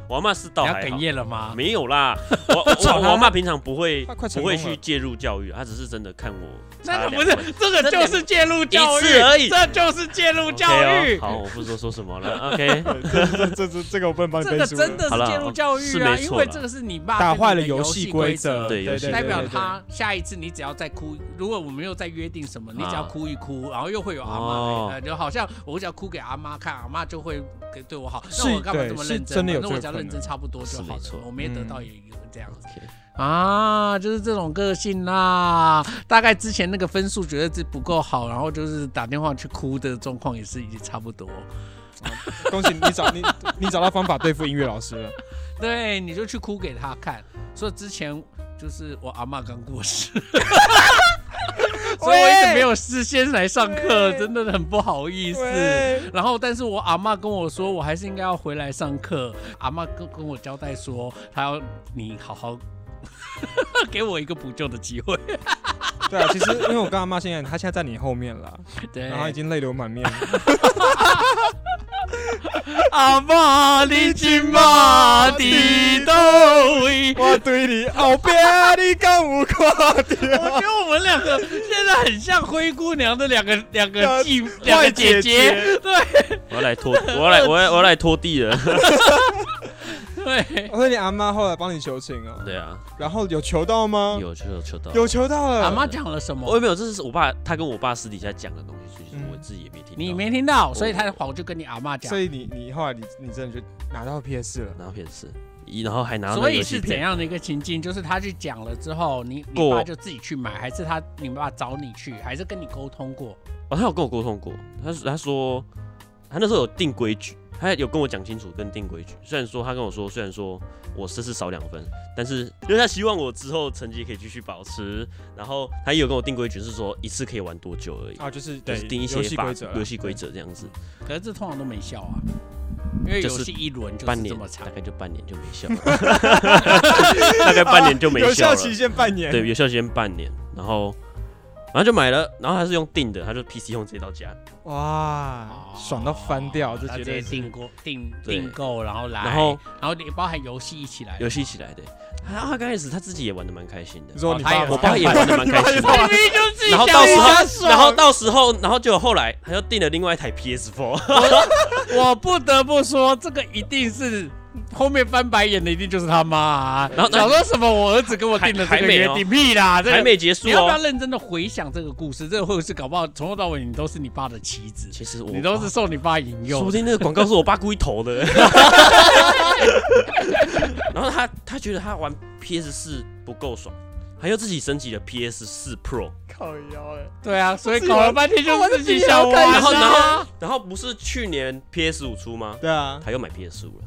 Speaker 1: 我阿妈是倒
Speaker 2: 你要
Speaker 1: 还
Speaker 2: 哽
Speaker 1: 好，
Speaker 2: 咽了吗？
Speaker 1: 没有 啦。我我我我阿妈平常不会
Speaker 3: 他快成
Speaker 1: 不
Speaker 3: 功
Speaker 1: 会
Speaker 3: 了
Speaker 1: 去介入教育，她只是真的看我
Speaker 2: 那
Speaker 1: 差
Speaker 2: 个
Speaker 1: 两
Speaker 2: 不
Speaker 1: 分。
Speaker 2: 是，这个就是介入教育
Speaker 1: 一次而已
Speaker 2: 这就是介入
Speaker 1: OK
Speaker 2: 教育
Speaker 1: 哦。好，我不说说什么 了。OK，
Speaker 3: 对这这这这这个我啊不能帮你
Speaker 2: 这
Speaker 3: 背
Speaker 2: 个
Speaker 3: 书
Speaker 2: 真
Speaker 3: 了。
Speaker 2: 的
Speaker 1: 好
Speaker 2: 是
Speaker 1: 了哦
Speaker 2: 介入教
Speaker 1: 是
Speaker 2: 育啊，
Speaker 1: 没错
Speaker 2: 因为
Speaker 1: 啦
Speaker 2: 这个是你爸
Speaker 3: 打坏了
Speaker 2: 游
Speaker 3: 游戏规
Speaker 2: 则
Speaker 3: 则，，
Speaker 1: 对游戏
Speaker 2: 代表
Speaker 1: 规
Speaker 2: 他下一次你只要再哭，如果我们又再约定什么，你只要
Speaker 1: 啊
Speaker 2: 哭一哭，然后又会有阿妈
Speaker 1: 哦
Speaker 2: 来，呃，就好像我只要哭给阿妈看，阿妈就会给对我好，
Speaker 3: 是
Speaker 2: 那我干嘛
Speaker 3: 对
Speaker 2: 这么
Speaker 3: 是
Speaker 2: 认
Speaker 3: 真
Speaker 2: 真？
Speaker 3: 的有
Speaker 2: 反正我
Speaker 3: 这个
Speaker 2: 只要
Speaker 3: 可
Speaker 2: 认真
Speaker 3: 能
Speaker 2: 差不多就是好了
Speaker 1: 没错，
Speaker 2: 我们也得
Speaker 3: 嗯
Speaker 2: 到也有这样子
Speaker 1: OK
Speaker 2: 啊，就是这种个性啦。大概之前那个分数觉得自己不够好，然后就是打电话去哭的状况也是已经差不多。
Speaker 3: 恭喜你找你你找到方法对付音乐老师了。
Speaker 2: 对，你就去哭给他看。所以之前就是我阿嬷刚过 世，所以我一直没有事先来上课，
Speaker 3: 喂
Speaker 2: 真的很不好意思。
Speaker 3: 喂
Speaker 2: 然后，但是我阿嬷跟我说，我还是应该要回来上课。阿嬷跟跟我交代说，她要你好好 给我一个补救的机会。
Speaker 3: 对啊，其实因为我跟阿妈现在，她现在在你后面了，
Speaker 2: 对，
Speaker 3: 然后已经泪流满面了。
Speaker 2: 阿嬷，你今嘛伫倒位？
Speaker 3: 我对你后边，你敢有看
Speaker 2: 我
Speaker 3: 到？
Speaker 2: 觉得我们两个现在很像灰姑娘的两个两个继两
Speaker 3: 坏
Speaker 2: 个姐
Speaker 3: 姐
Speaker 2: 姐，对
Speaker 1: 我要来 拖，我要来，我要我要来拖地了。
Speaker 2: 对。
Speaker 3: 我说你阿妈后来帮你求情哦，
Speaker 1: 对啊，
Speaker 3: 然后有求到吗？
Speaker 1: 有就有求到。
Speaker 3: 有求到
Speaker 2: 阿
Speaker 3: 了。
Speaker 2: 妈讲了什
Speaker 1: 我也
Speaker 2: 么？
Speaker 1: 没有，这是我爸他跟我爸私底下讲的东西，所以其实
Speaker 3: 嗯
Speaker 1: 我自己也没听到。
Speaker 2: 你没听到，所以他跑就跟你阿妈讲
Speaker 3: 所。以你你后来你你真的就拿到 PS 了，
Speaker 1: 然后 PS，一然后还拿到那
Speaker 2: 所
Speaker 1: 个
Speaker 2: 以
Speaker 1: 游
Speaker 2: 是
Speaker 1: 戏
Speaker 2: 怎
Speaker 1: 片，
Speaker 2: 样的一个情境？就是他去讲了之后，你你
Speaker 1: 过
Speaker 2: 爸就自己去买，还是他你爸找你去，还是跟你沟通过？
Speaker 1: 哦，他有跟我沟通过，他是他说他那时候有定规矩，他有跟我讲清楚跟定规矩。虽然说他跟我说，虽然说我这次少两分，但是因为他希望我之后成绩可以继续保持，然后他也有跟我定规矩，是说一次可以玩多久而已，
Speaker 3: 啊，就是
Speaker 1: 就
Speaker 3: 对
Speaker 1: 是定一些
Speaker 3: 游戏
Speaker 1: 法
Speaker 3: 规则啦，啊
Speaker 1: 游戏规则这样子，
Speaker 2: 可是这通常都没效啊，因为
Speaker 1: 就
Speaker 2: 游
Speaker 1: 是
Speaker 2: 戏一轮就是
Speaker 1: 半年
Speaker 2: 这么长
Speaker 1: 大。概就半年就没效 了，大概半年就没
Speaker 3: 有
Speaker 1: 效
Speaker 3: 效
Speaker 1: 了。
Speaker 3: 期限半年。
Speaker 1: 对，有效期间半年，然后然后就买了，然后他是用订的，他就 PC 用直接到家，
Speaker 3: 哇，爽到翻掉，这
Speaker 2: 哦他
Speaker 3: 绝
Speaker 2: 直
Speaker 3: 对
Speaker 2: 接
Speaker 3: 是
Speaker 2: 订购订
Speaker 1: 对
Speaker 2: 订购，然后来，
Speaker 1: 然后
Speaker 2: 然后你包含游戏一起 来，
Speaker 1: 游戏起来的。然后他刚开始他自己也玩的蛮开心的
Speaker 3: 你，说
Speaker 2: 哦
Speaker 3: 你
Speaker 2: 他也
Speaker 3: 爸
Speaker 2: 有
Speaker 3: 妈
Speaker 1: 我爸也 玩的蛮开心的。
Speaker 2: 明明就自己
Speaker 1: 然后
Speaker 2: 想
Speaker 1: 到时
Speaker 2: 玩
Speaker 1: 候，然后到时候，然后就后来他就订了另外一台 PS4，
Speaker 2: 我不得不说，这个一定是后面翻白眼的，一定就是他妈、啊。
Speaker 1: 然后
Speaker 2: 想说什么？我儿子跟我定的这
Speaker 1: 还
Speaker 2: 个
Speaker 1: 还没
Speaker 2: 约
Speaker 1: 哦
Speaker 2: 定屁啦，这个
Speaker 1: 还。没结束
Speaker 2: 你要不要
Speaker 1: 哦。
Speaker 2: 认真的回想这个故事？这个故事搞不好从头到尾你都是你爸的棋子，
Speaker 1: 其实我
Speaker 2: 你都是受你爸引
Speaker 1: 说不
Speaker 2: 诱。
Speaker 1: 定那个广告是我爸故意投的。 然后他他觉得他玩 PS4 不够爽，他又自己升级了 PS4 Pro。
Speaker 3: 靠腰哎，
Speaker 2: 对啊，所以搞了半天就是自己想玩、啊。
Speaker 1: 然后然后然后不是去年 PS5 出吗？
Speaker 3: 对啊，
Speaker 1: 他又买 PS5 了。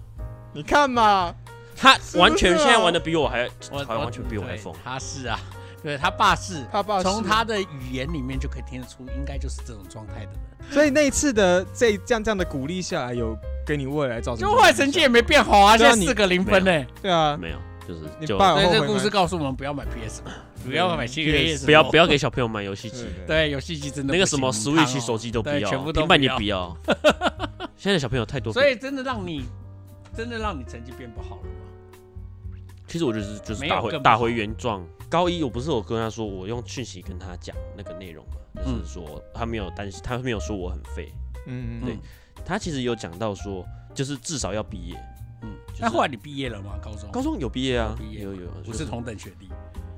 Speaker 3: 你看嘛，
Speaker 1: 他
Speaker 3: 是不
Speaker 1: 完全
Speaker 2: 哦
Speaker 3: 是
Speaker 1: 现在
Speaker 3: 啊
Speaker 1: 玩的比我还，
Speaker 2: 我
Speaker 1: 还完全比我还
Speaker 2: 对
Speaker 1: 疯。
Speaker 2: 他是啊，对他爸是，
Speaker 3: 他爸是
Speaker 2: 从他的语言里面就可以听得出，应该就是这种状态的人。
Speaker 3: 所以那一次的这这样这样的鼓励下来，有给你未来造成
Speaker 2: 就后来成绩也没变好啊，现
Speaker 3: 对啊
Speaker 2: 在
Speaker 3: 你
Speaker 2: 四个零分呢、啊
Speaker 3: 对啊，
Speaker 1: 没有，就是
Speaker 3: 你
Speaker 1: 就
Speaker 3: 爸
Speaker 2: 所以
Speaker 3: 后
Speaker 2: 这
Speaker 3: 悔
Speaker 2: 个故
Speaker 3: 吗
Speaker 2: 事告诉我们不要买 PS，不嗯要买新 PS，
Speaker 1: 不要不要给小朋友买游戏机，
Speaker 3: 对
Speaker 2: 对游戏机真的
Speaker 1: 那个什么
Speaker 2: 不行很烫
Speaker 1: Switch
Speaker 2: 哦
Speaker 1: 手机都不
Speaker 2: 对
Speaker 1: 要，
Speaker 2: 全部都
Speaker 1: 平板也不 要。现在小朋友太多，
Speaker 2: 所以真的让你真的让你成绩变不好了吗？
Speaker 1: 其实我就是就是
Speaker 2: 没有
Speaker 1: 打回
Speaker 2: 更不
Speaker 1: 打
Speaker 2: 好
Speaker 1: 回原状。高一我不是有跟他说，我用讯息跟他讲那个内容嘛，就
Speaker 2: 嗯
Speaker 1: 是说他没有担心，他没有说我很废，
Speaker 3: 嗯，
Speaker 1: 对
Speaker 2: 嗯，
Speaker 1: 他其实有讲到说，就是至少要毕业。
Speaker 2: 嗯
Speaker 1: 就，是
Speaker 2: 那后来你毕业了吗？高中
Speaker 1: 高中有毕业啊，
Speaker 2: 有毕业
Speaker 1: 有有，
Speaker 2: 不
Speaker 1: 就是
Speaker 2: 同等学历，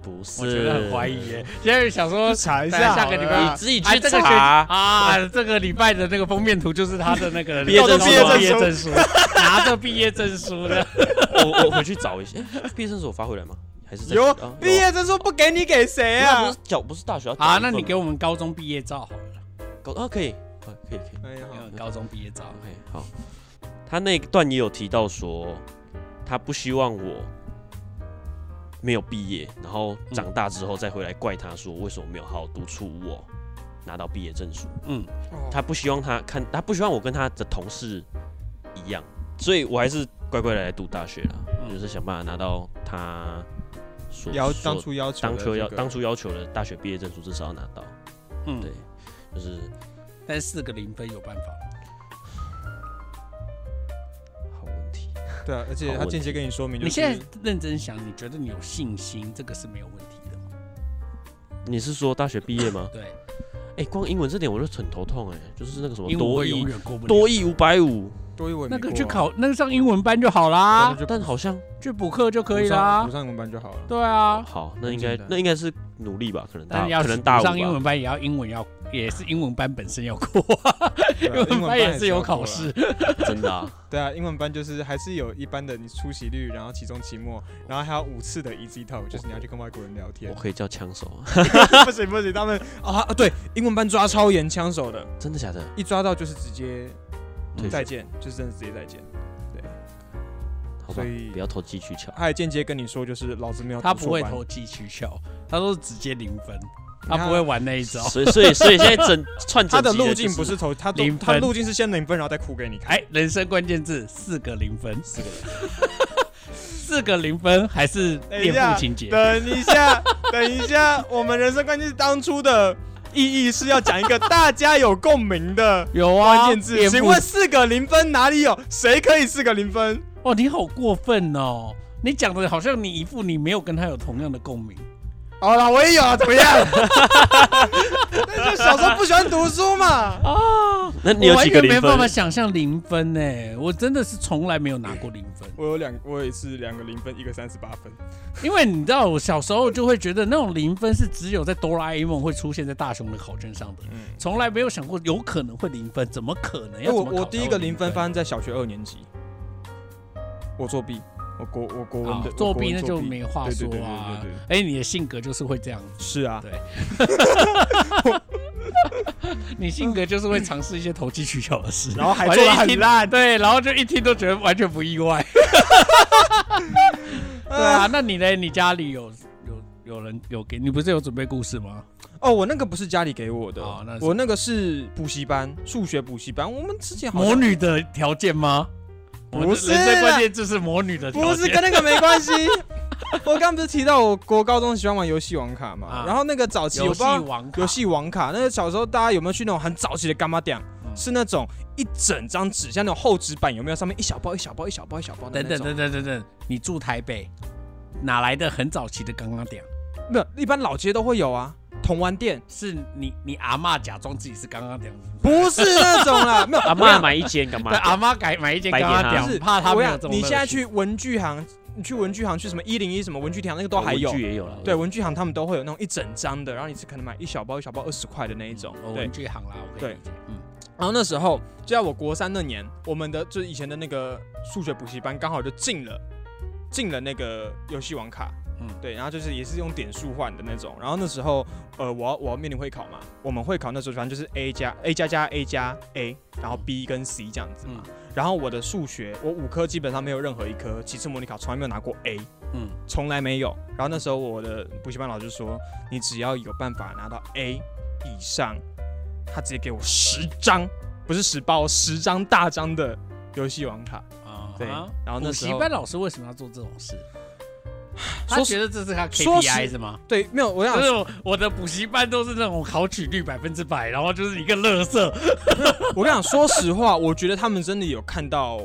Speaker 1: 不是，
Speaker 2: 我觉得很怀疑耶。现在想
Speaker 3: 我
Speaker 2: 说
Speaker 3: 查一
Speaker 2: 等
Speaker 3: 下
Speaker 2: 一下
Speaker 3: 好
Speaker 2: 给你
Speaker 3: 了
Speaker 2: 们
Speaker 3: 啦，
Speaker 1: 你自己
Speaker 2: 啊
Speaker 1: 去
Speaker 2: 这个学
Speaker 1: 查。
Speaker 2: 啊，这个礼拜的那个封面图就是他的那个
Speaker 1: 毕业证书
Speaker 2: 高中
Speaker 1: 啊
Speaker 2: 毕业证书，拿着毕业 证书的。
Speaker 1: 我我回去找一下，诶毕业证是我发回来吗？还是在
Speaker 3: 有
Speaker 2: 哦
Speaker 1: 啊
Speaker 3: 毕业证书不给你给谁
Speaker 1: 那不
Speaker 3: 啊
Speaker 1: 是？缴不是大学要缴
Speaker 2: 啊，
Speaker 1: 一
Speaker 2: 那你
Speaker 1: 份
Speaker 2: 给
Speaker 1: 吗
Speaker 2: 我们高中毕业照好了，
Speaker 1: 搞啊可以，啊可以可以
Speaker 3: 哎呀
Speaker 2: 给我们高中毕业照。
Speaker 1: ，OK 好。他那段也有提到说，他不希望我没有毕业，然后长大之后再回来怪他说为什么没有好好督促我，拿到毕业证书。
Speaker 2: 嗯，
Speaker 1: 他不希望他看，他不希望我跟他的同事一样，所以我还是乖乖的来读大学啦，
Speaker 2: 嗯
Speaker 1: 就是想办法拿到他所
Speaker 3: 要
Speaker 1: 所
Speaker 3: 当初要求的
Speaker 1: 当初要
Speaker 3: 这个
Speaker 1: 当初要求的大学毕业证书至少要拿到，
Speaker 2: 嗯，
Speaker 1: 对，就是
Speaker 2: 但是四个零分有办法吗？
Speaker 1: 好问题。
Speaker 3: 对啊，而且他间接跟你说明、就是，
Speaker 2: 你现在认真想，你觉得你有信心，这个是没有问题的吗？？
Speaker 1: 你是说大学毕业吗
Speaker 2: 对，
Speaker 1: 哎、光英文这点我就很头痛哎、就是那个什么
Speaker 2: 因为
Speaker 1: 多
Speaker 2: 我永
Speaker 1: 益
Speaker 2: 远过不了
Speaker 1: 多益五百五，
Speaker 3: 多一文
Speaker 2: 那个去考那个上英文班就啊好啦，
Speaker 1: 但好像
Speaker 2: 去补课就可以啦
Speaker 3: 不。上文班 就好了。
Speaker 2: 对啊，
Speaker 1: 好，那应
Speaker 3: 很
Speaker 1: 该
Speaker 3: 简单
Speaker 1: 那应该是努力吧，可能
Speaker 2: 但
Speaker 1: 大
Speaker 2: 你要
Speaker 1: 可能大五
Speaker 2: 上英文
Speaker 1: 吧。
Speaker 2: 班也要英文要也是英文班本身要过，
Speaker 3: 对 啊
Speaker 2: 英文班也是有
Speaker 3: 要过
Speaker 2: 考
Speaker 3: 啦
Speaker 2: 试。啊
Speaker 1: 真的啊，
Speaker 3: 对啊，英文班就是还是有一般的你出席率，然后期中、期末，然后还有五次的 easy talk，就是你要去跟外国人聊 天
Speaker 1: 我。可以叫枪手啊，
Speaker 3: 不行不行，他们啊啊，对，英文班抓超严枪手的，
Speaker 1: 真的假的？
Speaker 3: 一抓到就是直接
Speaker 1: 退
Speaker 3: 嗯再
Speaker 1: 学，
Speaker 3: 见，就是真的直接再见。
Speaker 1: 好吧
Speaker 3: 所，以
Speaker 1: 不要投机取 巧。
Speaker 3: 他也间接跟你说，就是老子没有
Speaker 2: 他
Speaker 3: 读
Speaker 2: 不
Speaker 3: 硕
Speaker 2: 会
Speaker 3: 班
Speaker 2: 投机取巧，他都是直接零分，
Speaker 3: 看
Speaker 2: 他不会玩那一招。
Speaker 1: 所以所以所以现在整串
Speaker 3: 他
Speaker 1: 整
Speaker 3: 的
Speaker 1: 集
Speaker 3: 路
Speaker 1: 就
Speaker 3: 径不是投，他都
Speaker 2: 零
Speaker 3: 他
Speaker 2: 分
Speaker 3: 路径是先零分，然后再哭给你看。
Speaker 2: 哎，人生关键字四个零分，四个四个零分还是恋父情节？
Speaker 3: 等一下，等一下，我们人生关键是当初的意义是要讲一个大家有共鸣的
Speaker 2: 有啊，
Speaker 3: 关键字。
Speaker 2: 恋
Speaker 3: 请
Speaker 2: 父
Speaker 3: 问四个零分哪里有？谁可以四个零分？
Speaker 2: 哇，你好过分哦！你讲的好像你一副你没有跟他有同样的共鸣。
Speaker 3: 好了，我也有啊，怎么样？ 那就小时候不喜欢读书嘛。
Speaker 1: 那你
Speaker 2: 我
Speaker 1: 有
Speaker 2: 完
Speaker 1: 几个
Speaker 2: 全
Speaker 1: 零
Speaker 2: 没有办法
Speaker 1: 分？
Speaker 2: 想象零分呢、我真的是从来没有拿过零分，
Speaker 3: 我有两，我有一次两个零分，一个三十八分。
Speaker 2: 因为你知道，我小时候就会觉得那种零分是只有在哆啦 A 梦会出现在大雄的考卷上的，
Speaker 3: 嗯，
Speaker 2: 从来没有想过有可能会零分，怎么可能？要
Speaker 3: 哎我
Speaker 2: 怎么
Speaker 3: 我
Speaker 2: 考
Speaker 3: 第一
Speaker 2: 到
Speaker 3: 个
Speaker 2: 零
Speaker 3: 零分发生在小学二年级，我作弊，我国我国文
Speaker 2: 啊
Speaker 3: 的、我
Speaker 2: 作
Speaker 3: 国文
Speaker 2: 弊那就没话
Speaker 3: 对对
Speaker 2: 说
Speaker 3: 对对
Speaker 2: 啊
Speaker 3: 对对对！
Speaker 2: 哎、你的性格就是会这样子，
Speaker 3: 是啊，
Speaker 2: 你性格就是会尝试一些投机取巧的事，
Speaker 3: 然后还
Speaker 2: 我
Speaker 3: 做
Speaker 2: 就
Speaker 3: 的
Speaker 2: 一
Speaker 3: 很
Speaker 2: 听
Speaker 3: 烂，
Speaker 2: 对，然后就一听都觉得完全不意 外。对啊，那你呢？你家里有有有人有给你不是有准备故事吗？
Speaker 3: 哦，我那个不是家里给我的，
Speaker 2: 哦那是
Speaker 3: 我那个是补习班，数学补习班。我们之前好
Speaker 2: 魔
Speaker 3: 像
Speaker 2: 女的条件吗？
Speaker 3: 不
Speaker 2: 我的
Speaker 3: 是
Speaker 2: 人生
Speaker 3: 啦
Speaker 2: 关键就是魔女的条
Speaker 3: 不
Speaker 2: 件，
Speaker 3: 是跟那个没关 系。我刚不是提到我国高中喜欢玩游戏王卡嘛，
Speaker 2: 啊
Speaker 3: 然后那个早期我
Speaker 2: 游
Speaker 3: 不知
Speaker 2: 戏
Speaker 3: 道
Speaker 2: 王卡
Speaker 3: 游戏王卡，那个小时候大家有没有去那种很早期的干妈店？
Speaker 2: 嗯
Speaker 3: 是那种一整张纸，像那种厚纸板，有没有？上面一小包一小包一小包一小包的
Speaker 2: 等
Speaker 3: 那
Speaker 2: 等
Speaker 3: 种。
Speaker 2: 等等等等，你住台北，哪来的很早期的刚刚点？
Speaker 3: 没有，一般老街都会有啊。童玩 店
Speaker 2: 是你你阿嬷假装自己是刚刚点，
Speaker 3: 不是那种 啦，没有
Speaker 1: 阿
Speaker 3: 我跟
Speaker 1: 妈
Speaker 3: 你
Speaker 1: 买一间干嘛
Speaker 2: 对？阿嬷改买一件
Speaker 1: 白
Speaker 2: 刚
Speaker 1: 给
Speaker 2: 刚
Speaker 1: 他
Speaker 3: 讲
Speaker 2: 点，怕他
Speaker 3: 我
Speaker 2: 没
Speaker 3: 跟
Speaker 2: 有
Speaker 3: 你
Speaker 2: 这种。
Speaker 3: 讲你现在去文具行，你去文具行去什么一零一什么文具店那个都还有
Speaker 1: 文。具也有了。
Speaker 3: 对，文具行他们都会有那种一整张的，然后你是可能买一小包一小包二十块的那一种。
Speaker 2: 我
Speaker 3: 对
Speaker 2: 文，具行啦，我可以
Speaker 3: 对
Speaker 2: 理解。嗯，
Speaker 3: 然后那时候就在我国三那年，我们的就是以前的那个数学补习班刚好就进了进了那个游戏王卡，
Speaker 2: 嗯
Speaker 3: 嗯，对，然后就是也是用点数换的那种。然后那时候呃，我要我要面临会考嘛，我们会考那时候反正就是 A 加 A 加加 A 加 A，然后 B 跟 C 这样子嘛。然后我的数学我五科基本上没有任何一科，其次模拟考从来没有拿过 A。
Speaker 2: 嗯
Speaker 3: 从来没有。然后那时候我的补习班老师说，你只要有办法拿到 A 以上，他直接给我十张，不是十包，十张大张的游戏王卡。
Speaker 2: 啊
Speaker 3: 对
Speaker 2: 哈
Speaker 3: 然后
Speaker 2: 补
Speaker 3: 那
Speaker 2: 习
Speaker 3: 时候
Speaker 2: 班老师为什么要做这种事？他
Speaker 3: 说实
Speaker 2: 觉得这是他
Speaker 3: 说实
Speaker 2: KPI 是吗？
Speaker 3: 对，没有，我想
Speaker 2: 就是我我的补习班都是那种考取率百分之百，然后就是一个乐色。
Speaker 3: 我跟你讲，说实话，我觉得他们真的有看到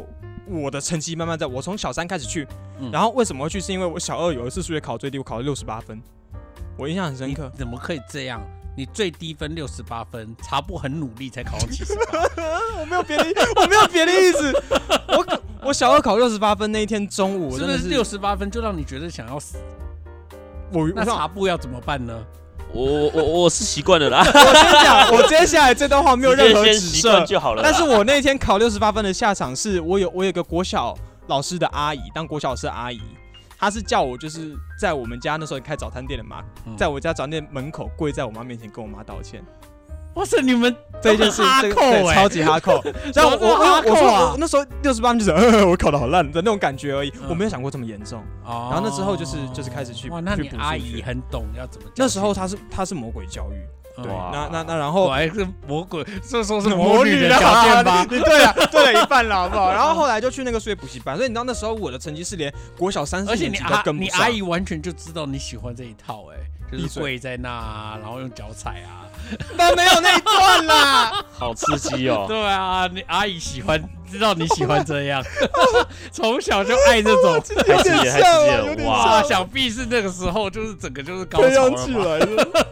Speaker 3: 我的成绩慢慢在。我从小三开始去，
Speaker 2: 嗯
Speaker 3: 然后为什么会去？是因为我小二有一次数学考最低，我考了六十八分，我印象很深
Speaker 2: 你
Speaker 3: 刻。
Speaker 2: 怎么可以这样？你最低分六十八分，查布很努力才考到七十 八。
Speaker 3: 我没有别的， 我没有别的意思。我我小二考六十八分那一天中午，我
Speaker 2: 是
Speaker 3: 真
Speaker 2: 不
Speaker 3: 的
Speaker 2: 是六十八分就让你觉得想要死？
Speaker 3: 我我
Speaker 2: 那查布要怎么办呢？
Speaker 1: 我我我我是习惯了啦，
Speaker 3: 我先讲，我接下来这段话没有任何
Speaker 1: 直接
Speaker 3: 指
Speaker 1: 先习惯
Speaker 3: 涉。
Speaker 1: 就好 了啦。
Speaker 3: 但是我那天考六十八分的下场是，我有我有一个国小老师的阿姨，当国小老师的阿姨，她是叫我就是在我们家那时候开早餐店的嘛，
Speaker 2: 嗯
Speaker 3: 在我家早餐店门口跪在我妈面前跟我妈道歉，
Speaker 2: 哇塞，你们
Speaker 3: 这件 事情
Speaker 2: 哈
Speaker 3: 这个
Speaker 2: 扣
Speaker 3: 对
Speaker 2: 欸
Speaker 3: 超级哈 扣。然后我
Speaker 2: 怎么这么哈
Speaker 3: 我
Speaker 2: 扣
Speaker 3: 我
Speaker 2: 啊
Speaker 3: 说我那时候六十八分就是呃我考的好烂的那种感觉而已
Speaker 2: 嗯，
Speaker 3: 我没有想过这么严重。
Speaker 2: 哦
Speaker 3: 然后那之后就是就是开始去
Speaker 2: 哇，那
Speaker 3: 去
Speaker 2: 你
Speaker 3: 补数
Speaker 2: 阿姨
Speaker 3: 学
Speaker 2: 很懂要怎么教训。
Speaker 3: 那时候她是她是魔鬼教育，对，
Speaker 1: 哇
Speaker 3: 那那那然后
Speaker 2: 果然是哎魔鬼，这时候是魔女的小剑
Speaker 3: 吧？
Speaker 2: 吧？
Speaker 3: 你对了，对了一半了，好不好？然后后来就去那个数学补习班，所以你知道那时候我的成绩是连国小三四
Speaker 2: 而且
Speaker 3: 年
Speaker 2: 你
Speaker 3: 级都
Speaker 2: 阿
Speaker 3: 跟不
Speaker 2: 你
Speaker 3: 上
Speaker 2: 阿。姨完全就知道你喜欢这一套、哎，就
Speaker 3: 闭
Speaker 2: 是
Speaker 3: 嘴
Speaker 2: 跪在那啊，然后用脚踩啊，
Speaker 3: 但没有那一段啦，
Speaker 1: 好刺激哦！
Speaker 2: 对啊，你阿姨喜欢，知道你喜欢这 样，从小就爱这种。
Speaker 1: 还是
Speaker 3: 有
Speaker 1: 也
Speaker 3: 点
Speaker 1: 还
Speaker 3: 像
Speaker 1: 是
Speaker 3: 啊，
Speaker 1: 也
Speaker 3: 有点
Speaker 1: 哇
Speaker 2: 哇，
Speaker 3: 像，
Speaker 2: 想必是那个时候就是整个就是高
Speaker 3: 飞
Speaker 2: 潮
Speaker 3: 上
Speaker 2: 了
Speaker 3: 去
Speaker 2: 嘛。
Speaker 3: 了。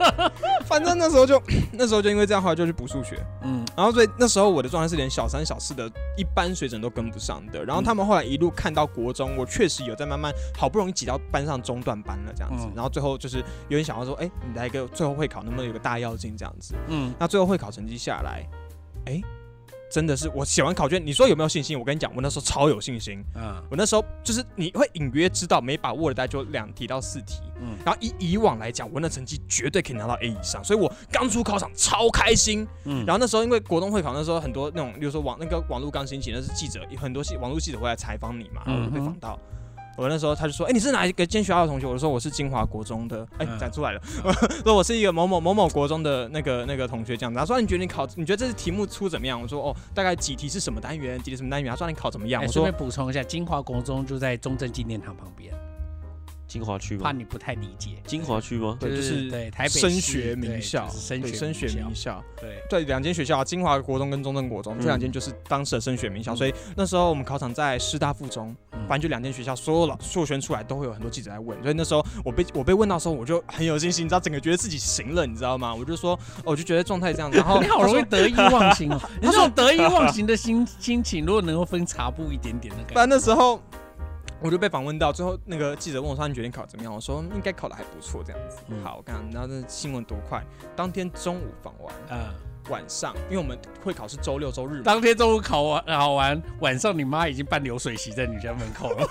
Speaker 3: 反正那时候就那时候就因为这样，后来就去补数学，
Speaker 2: 嗯，
Speaker 3: 然后所以那时候我的状态是连小三小四的一般水准都跟不上的。然后他们后来一路看到国中，我确实有在慢慢好不容易挤到班上中段班了这样子
Speaker 2: 嗯。
Speaker 3: 然后最后就是有点想要说，哎，你来个最后会考能不能有个大跃进这样子？
Speaker 2: 嗯，
Speaker 3: 那最后会考成绩下来，哎、真的是我写完考卷，你说有没有信心？我跟你讲，我那时候超有信心。
Speaker 2: 嗯，
Speaker 3: 我那时候就是你会隐约知道没把握的，大概就两题到四题。
Speaker 2: 嗯
Speaker 3: 嗯，然后以以往来讲，我那成绩绝对可以拿到 A 以上，所以我刚出考场超开心。
Speaker 2: 嗯
Speaker 3: 嗯，然后那时候因为国中会考，那时候很多那种，比如说网那个网络刚兴起，那是记者很多记网络记者会来采访你嘛，然后我就被
Speaker 2: 嗯哼
Speaker 3: 访到。我那时候他就说，哎、你是哪一个间学校的同学？我就说我是金华国中的，哎、
Speaker 2: 嗯
Speaker 3: 讲出来了， 说我是一个某某某某国中的那个那个同学这样子。他说、啊你觉得你考，你觉得这次题目出怎么样？我说哦，大概几题是什么单元，几题什么单元？他说、啊你考怎么样？
Speaker 2: 哎
Speaker 3: 我
Speaker 2: 顺
Speaker 3: 说
Speaker 2: 便补充一下，金华国中就在中正纪念堂旁边，
Speaker 1: 金华区吗？
Speaker 2: 怕你不太理解。
Speaker 1: 金华区吗？
Speaker 3: 嗯对
Speaker 2: 就
Speaker 3: 就是是
Speaker 2: 对台北
Speaker 3: 升
Speaker 2: 市
Speaker 3: 学
Speaker 2: 对
Speaker 3: 名校，
Speaker 2: 就是升
Speaker 3: 对
Speaker 2: 学
Speaker 3: 升学
Speaker 2: 名校
Speaker 3: 名校，
Speaker 2: 对，
Speaker 3: 对，两间学校，金华国中跟中正国中、这两间就是当时的升学名校，
Speaker 2: 嗯
Speaker 3: 所以那时候我们考场在师大附中，
Speaker 2: 嗯
Speaker 3: 反正就两间学校，所有老硕选出来都会有很多记者来问，所以那时候我被我被问到的时候，我就很有信心，你知道，整个觉得自己行了，你知道吗？我就说，哦我就觉得状态这样子，然后
Speaker 2: 你好容易
Speaker 3: 哦 他说。
Speaker 2: 得意忘形哦，你这种得意忘形的心 心情，如果能够分茶步一点点的感
Speaker 3: 反正那时候我就被访问到，最后那个记者问我说：“你决定考怎么样？”我说：“嗯应该考的还不错，这样子。
Speaker 2: 嗯
Speaker 3: 好，我看，然后那新闻多快，当天中午访完，
Speaker 2: 觉，嗯，
Speaker 3: 晚上，因为我们会考是周六周日嘛，
Speaker 2: 当天中午考完考完，晚上你妈已经办流水席在你家门口 了，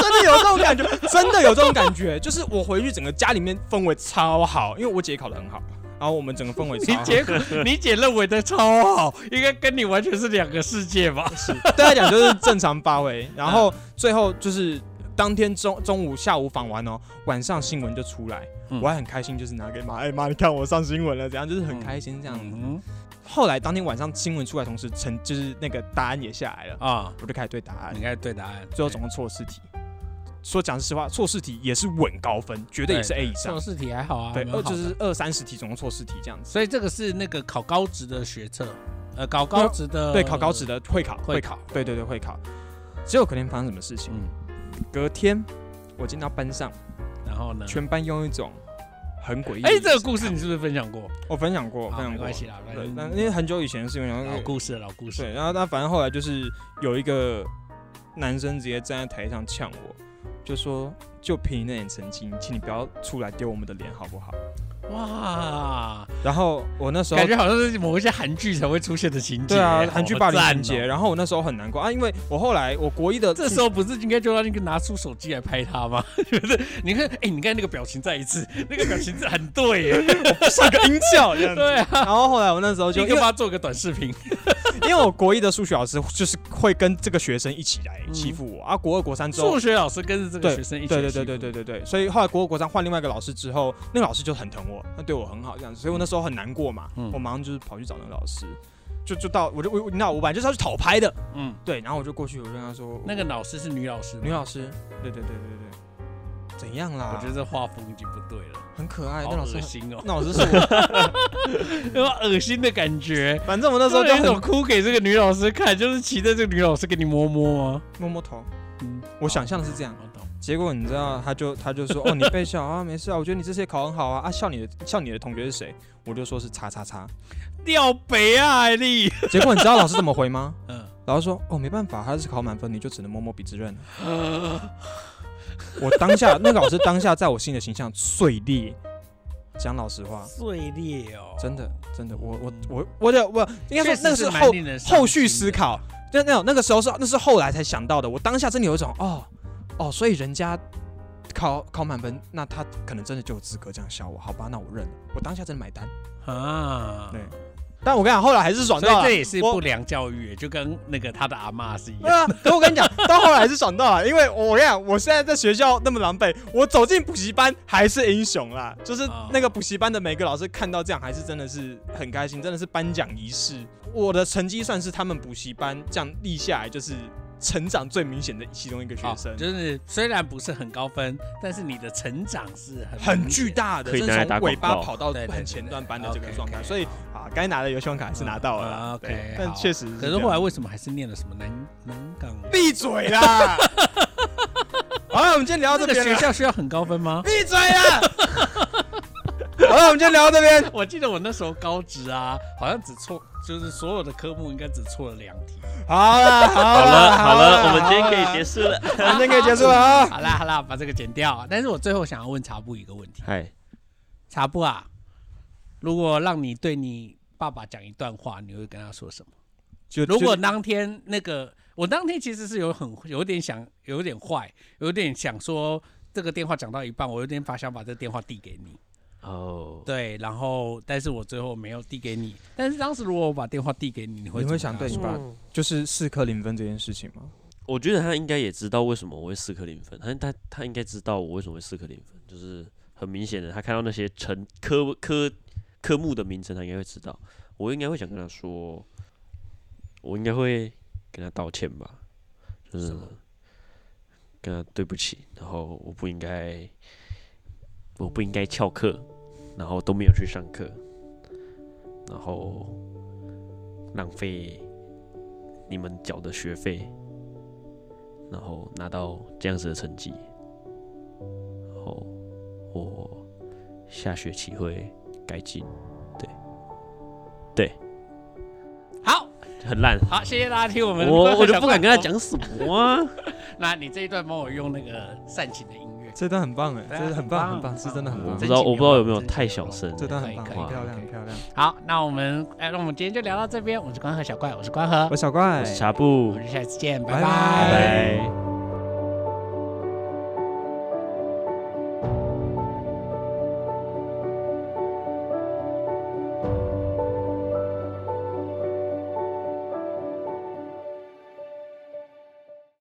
Speaker 3: 真的有这种感觉，真的有这种感觉。就是我回去，整个家里面氛围超好，因为我姐考得很好，然后我们整个氛围超
Speaker 2: 你
Speaker 3: 好。
Speaker 2: 姐你姐认为的超好，应该跟你完全是两个世界 吧？
Speaker 3: 对她讲就是正常发挥，然后最后就是当天中中午下午访完哦，晚上新闻就出来，
Speaker 2: 嗯
Speaker 3: 我还很开心，就是拿给妈，哎妈，你看我上新闻了，怎样，就是很开心这样子。
Speaker 2: 嗯
Speaker 3: 后来当天晚上新闻出来，同时成就是那个答案也下来了，
Speaker 2: 啊，
Speaker 3: 我就开始对答案
Speaker 2: 你，看对答案，
Speaker 3: 最后总共错四题。说讲实话，错四题也是稳高分，绝对也是 A 以上
Speaker 2: 上。试题还好啊，
Speaker 3: 对，
Speaker 2: 蛮好
Speaker 3: 二
Speaker 2: 的
Speaker 3: 就是二三十题，总共错四题这样子。
Speaker 2: 所以这个是那个考高职的学测，呃，考高职的
Speaker 3: 对，考高职的会考，
Speaker 2: 会
Speaker 3: 会考，
Speaker 2: 考，
Speaker 3: 对对对，会考。结果隔天发生什么事情？
Speaker 2: 嗯，
Speaker 3: 隔天我进到班上，
Speaker 2: 然后呢？
Speaker 3: 全班用一种很诡异的
Speaker 2: 哎，
Speaker 3: 眼神看
Speaker 2: 这
Speaker 3: 我。
Speaker 2: 个故事你是不是分享过？
Speaker 3: 我分享过，
Speaker 2: 好
Speaker 3: 哦分享
Speaker 2: 没
Speaker 3: 过
Speaker 2: 关。系啦，嗯没
Speaker 3: 对，那
Speaker 2: 关
Speaker 3: 因
Speaker 2: 系
Speaker 3: 为很久以前的事情，然
Speaker 2: 老
Speaker 3: 后
Speaker 2: 故事，老故事。
Speaker 3: 对，然后但反正后来就是有一个男生直接站在台上呛我，就说：“就凭你那点成绩，请你不要出来丢我们的脸，好不好
Speaker 2: 哇，？”
Speaker 3: 然后我那时候
Speaker 2: 感觉好像是某一些韩剧才会出现的情节。
Speaker 3: 对啊
Speaker 2: 好，
Speaker 3: 韩剧霸凌
Speaker 2: 赞
Speaker 3: 情节。
Speaker 2: 哦
Speaker 3: 然后我那时候很难过啊，因为我后来我国一的
Speaker 2: 这时候不是应该就让那个拿出手机来拍他吗？ 觉得你看，哎、你看那个表情再一次，那个表情是很对 耶。
Speaker 3: 上个音效这样子。
Speaker 2: 对啊，
Speaker 3: 然后后来我那时候
Speaker 2: 就
Speaker 3: 就因
Speaker 2: 干
Speaker 3: 为
Speaker 2: 嘛做个短视 频？
Speaker 3: 因为我国一的数学老师就是会跟这个学生一起来欺负我啊，国二国三之
Speaker 2: 嗯
Speaker 3: 后
Speaker 2: 数，学老师跟着这个
Speaker 3: 对
Speaker 2: 学生一起
Speaker 3: 对对
Speaker 2: 欺
Speaker 3: 对
Speaker 2: 负
Speaker 3: 对对对对，所以后来国二国三换另外一个老师之后，那个老师就很疼我，他对我很好这样子，所以我那时候很难过嘛，
Speaker 2: 嗯
Speaker 3: 我马上就是跑去找那个老师，就就到我就我我你知道我本来就是要去讨拍的，
Speaker 2: 嗯，
Speaker 3: 对，然后我就过去我就跟他说
Speaker 2: 那个老师是女老师吗
Speaker 3: 女老师，对对对对对，怎样啦？
Speaker 2: 我觉得这画风已经不对了，
Speaker 3: 很可爱，
Speaker 2: 好
Speaker 3: 哎那老师
Speaker 2: 恶
Speaker 3: 很。
Speaker 2: 心哦，
Speaker 3: 那老师是我，
Speaker 2: 有恶心的感觉。啊
Speaker 3: 反正我 那时候就
Speaker 2: 有一
Speaker 3: 很
Speaker 2: 种哭给这个女老师看，就是骑着这个女老师给你摸摸吗？
Speaker 3: 摸摸头，
Speaker 2: 嗯，
Speaker 3: 我想象的是这样
Speaker 2: 好。。我懂。
Speaker 3: 结果你知道，他就他 就说，哦，你被笑啊，没事啊，我觉得你这次也考很好啊，啊，笑你的笑你的同学是谁？我就说是叉 叉叉。
Speaker 2: 吊北啊，艾丽。
Speaker 3: 结果你知道老师怎么回吗？
Speaker 2: 嗯，
Speaker 3: 老师说，哦，没办法，他是考满分，你就只能摸摸鼻子认了。我当下那个老师当下在我心里的形象碎裂。讲老实话，
Speaker 2: 碎裂哦，
Speaker 3: 真的真的，我我我我的我应该
Speaker 2: 确
Speaker 3: 说那
Speaker 2: 实是
Speaker 3: 个是
Speaker 2: 蛮
Speaker 3: 后
Speaker 2: 令人伤心的
Speaker 3: 后续思考，但那种那个时候是那是后来才想到的。我当下真的有一种哦哦，所以人家考考满分，那他可能真的就有资格这样笑我，好吧？那我认了。我当下真的买单。
Speaker 2: 啊。
Speaker 3: 对但我跟你讲，后来还是爽
Speaker 2: 所以
Speaker 3: 到了
Speaker 2: 这。也是
Speaker 3: 我
Speaker 2: 不良教育，就跟那个他的阿嬷是一
Speaker 3: 对
Speaker 2: 样。
Speaker 3: 啊，可我跟你 讲，到后来还是爽到了，因为我跟你讲，我现在在学校那么狼狈，我走进补习班还是英雄啦。就是
Speaker 2: 啊
Speaker 3: 那个补习班的每个老师看到这样，还是真的是很开心，真的是颁奖仪式。我的成绩算是他们补习班这样立下来，就是成长最明显的其中一个学
Speaker 2: 啊
Speaker 3: 生，
Speaker 2: 就是虽然不是很高分，但是你的成长是很
Speaker 3: 很巨大的，
Speaker 1: 可以
Speaker 3: 真
Speaker 1: 拿来
Speaker 3: 的
Speaker 1: 打
Speaker 3: 从尾巴
Speaker 1: 广告
Speaker 3: 跑到
Speaker 2: 对对对
Speaker 3: 很前段班的这个
Speaker 2: OK，OK，
Speaker 3: 状态。
Speaker 2: 好
Speaker 3: 所以啊，该拿的游戏王卡还是拿到了啦。
Speaker 2: 啊
Speaker 3: 对
Speaker 2: OK，
Speaker 3: 但
Speaker 2: 好
Speaker 3: 确实是
Speaker 2: 可
Speaker 3: 这
Speaker 2: 是
Speaker 3: 样
Speaker 2: 后来为什么还是念了什么南南港？
Speaker 3: 闭嘴 啦！好了，我们今天聊到
Speaker 2: 这
Speaker 3: 这
Speaker 2: 个
Speaker 3: 边
Speaker 2: 学
Speaker 3: 了。
Speaker 2: 校需要很高分吗？
Speaker 3: 闭嘴啦！好了，我们今天聊到这边。
Speaker 2: 我记得我那时候高职啊，好像只错，就是所有的科目应该只错了两题。
Speaker 3: 好了，好
Speaker 1: 好
Speaker 3: 了，
Speaker 1: 了好了，我们今天可以结
Speaker 3: 束，
Speaker 1: 束了。
Speaker 3: 我们今天可以结束了 啊。
Speaker 2: 好啦好啦，把这个剪掉。但是我最后想要问茶布一个问题：
Speaker 1: 嗨，
Speaker 2: 茶布啊，如果让你对你爸爸讲一段话，你会跟他说什么？
Speaker 3: 就
Speaker 2: 如果当天那个，我当天其实是有很有点想，有点坏，有点想说。这个电话讲到一半，我有点把想把这个电话递给你，
Speaker 1: 哦，
Speaker 2: 对，然后但是我最后没有递给你。但是当时如果我把电话递给你，你会
Speaker 3: 你
Speaker 2: 怎
Speaker 3: 会
Speaker 2: 么
Speaker 3: 想
Speaker 2: 跟
Speaker 3: 对
Speaker 2: 他
Speaker 3: 你爸就是四颗零分这件事情吗？
Speaker 1: 我觉得他应该也知道为什么我会四颗零分，他他他应该知道我为什么会四颗零分，就是很明显的，他看到那些成科科科目的名称，他应该会知道。我应该会想跟他说，我应该会跟他道歉吧，就是
Speaker 2: 什么
Speaker 1: 跟他对不起，然后我不应该，我不应该翘课，然后都没有去上课，然后浪费你们缴的学费，然后拿到这样子的成绩，然后我下学期会改进，
Speaker 2: 好
Speaker 1: 很烂。
Speaker 2: 好，谢谢大家听我们。
Speaker 1: 我我就不敢跟他。讲什么啊。
Speaker 2: 那你这一段帮我用那个煽情的音乐，
Speaker 3: 这段很棒哎，
Speaker 2: 对啊
Speaker 3: 这段很
Speaker 2: 很棒
Speaker 3: 棒，很棒，
Speaker 2: 很
Speaker 3: 是真的很
Speaker 1: 我
Speaker 3: 棒
Speaker 1: 不知。道，我不知道有没有
Speaker 2: 真的
Speaker 1: 太小声。
Speaker 3: 这段很棒，
Speaker 2: 可
Speaker 3: 很
Speaker 2: 以可以
Speaker 3: 漂亮，
Speaker 2: 可以
Speaker 3: 很漂亮。
Speaker 2: 好，那我们哎，那我们今天就聊到这边。我是关河小怪，我是关河
Speaker 3: 我，小怪，
Speaker 1: 傻布
Speaker 2: 我，们下次见，拜
Speaker 3: 拜
Speaker 1: 拜拜。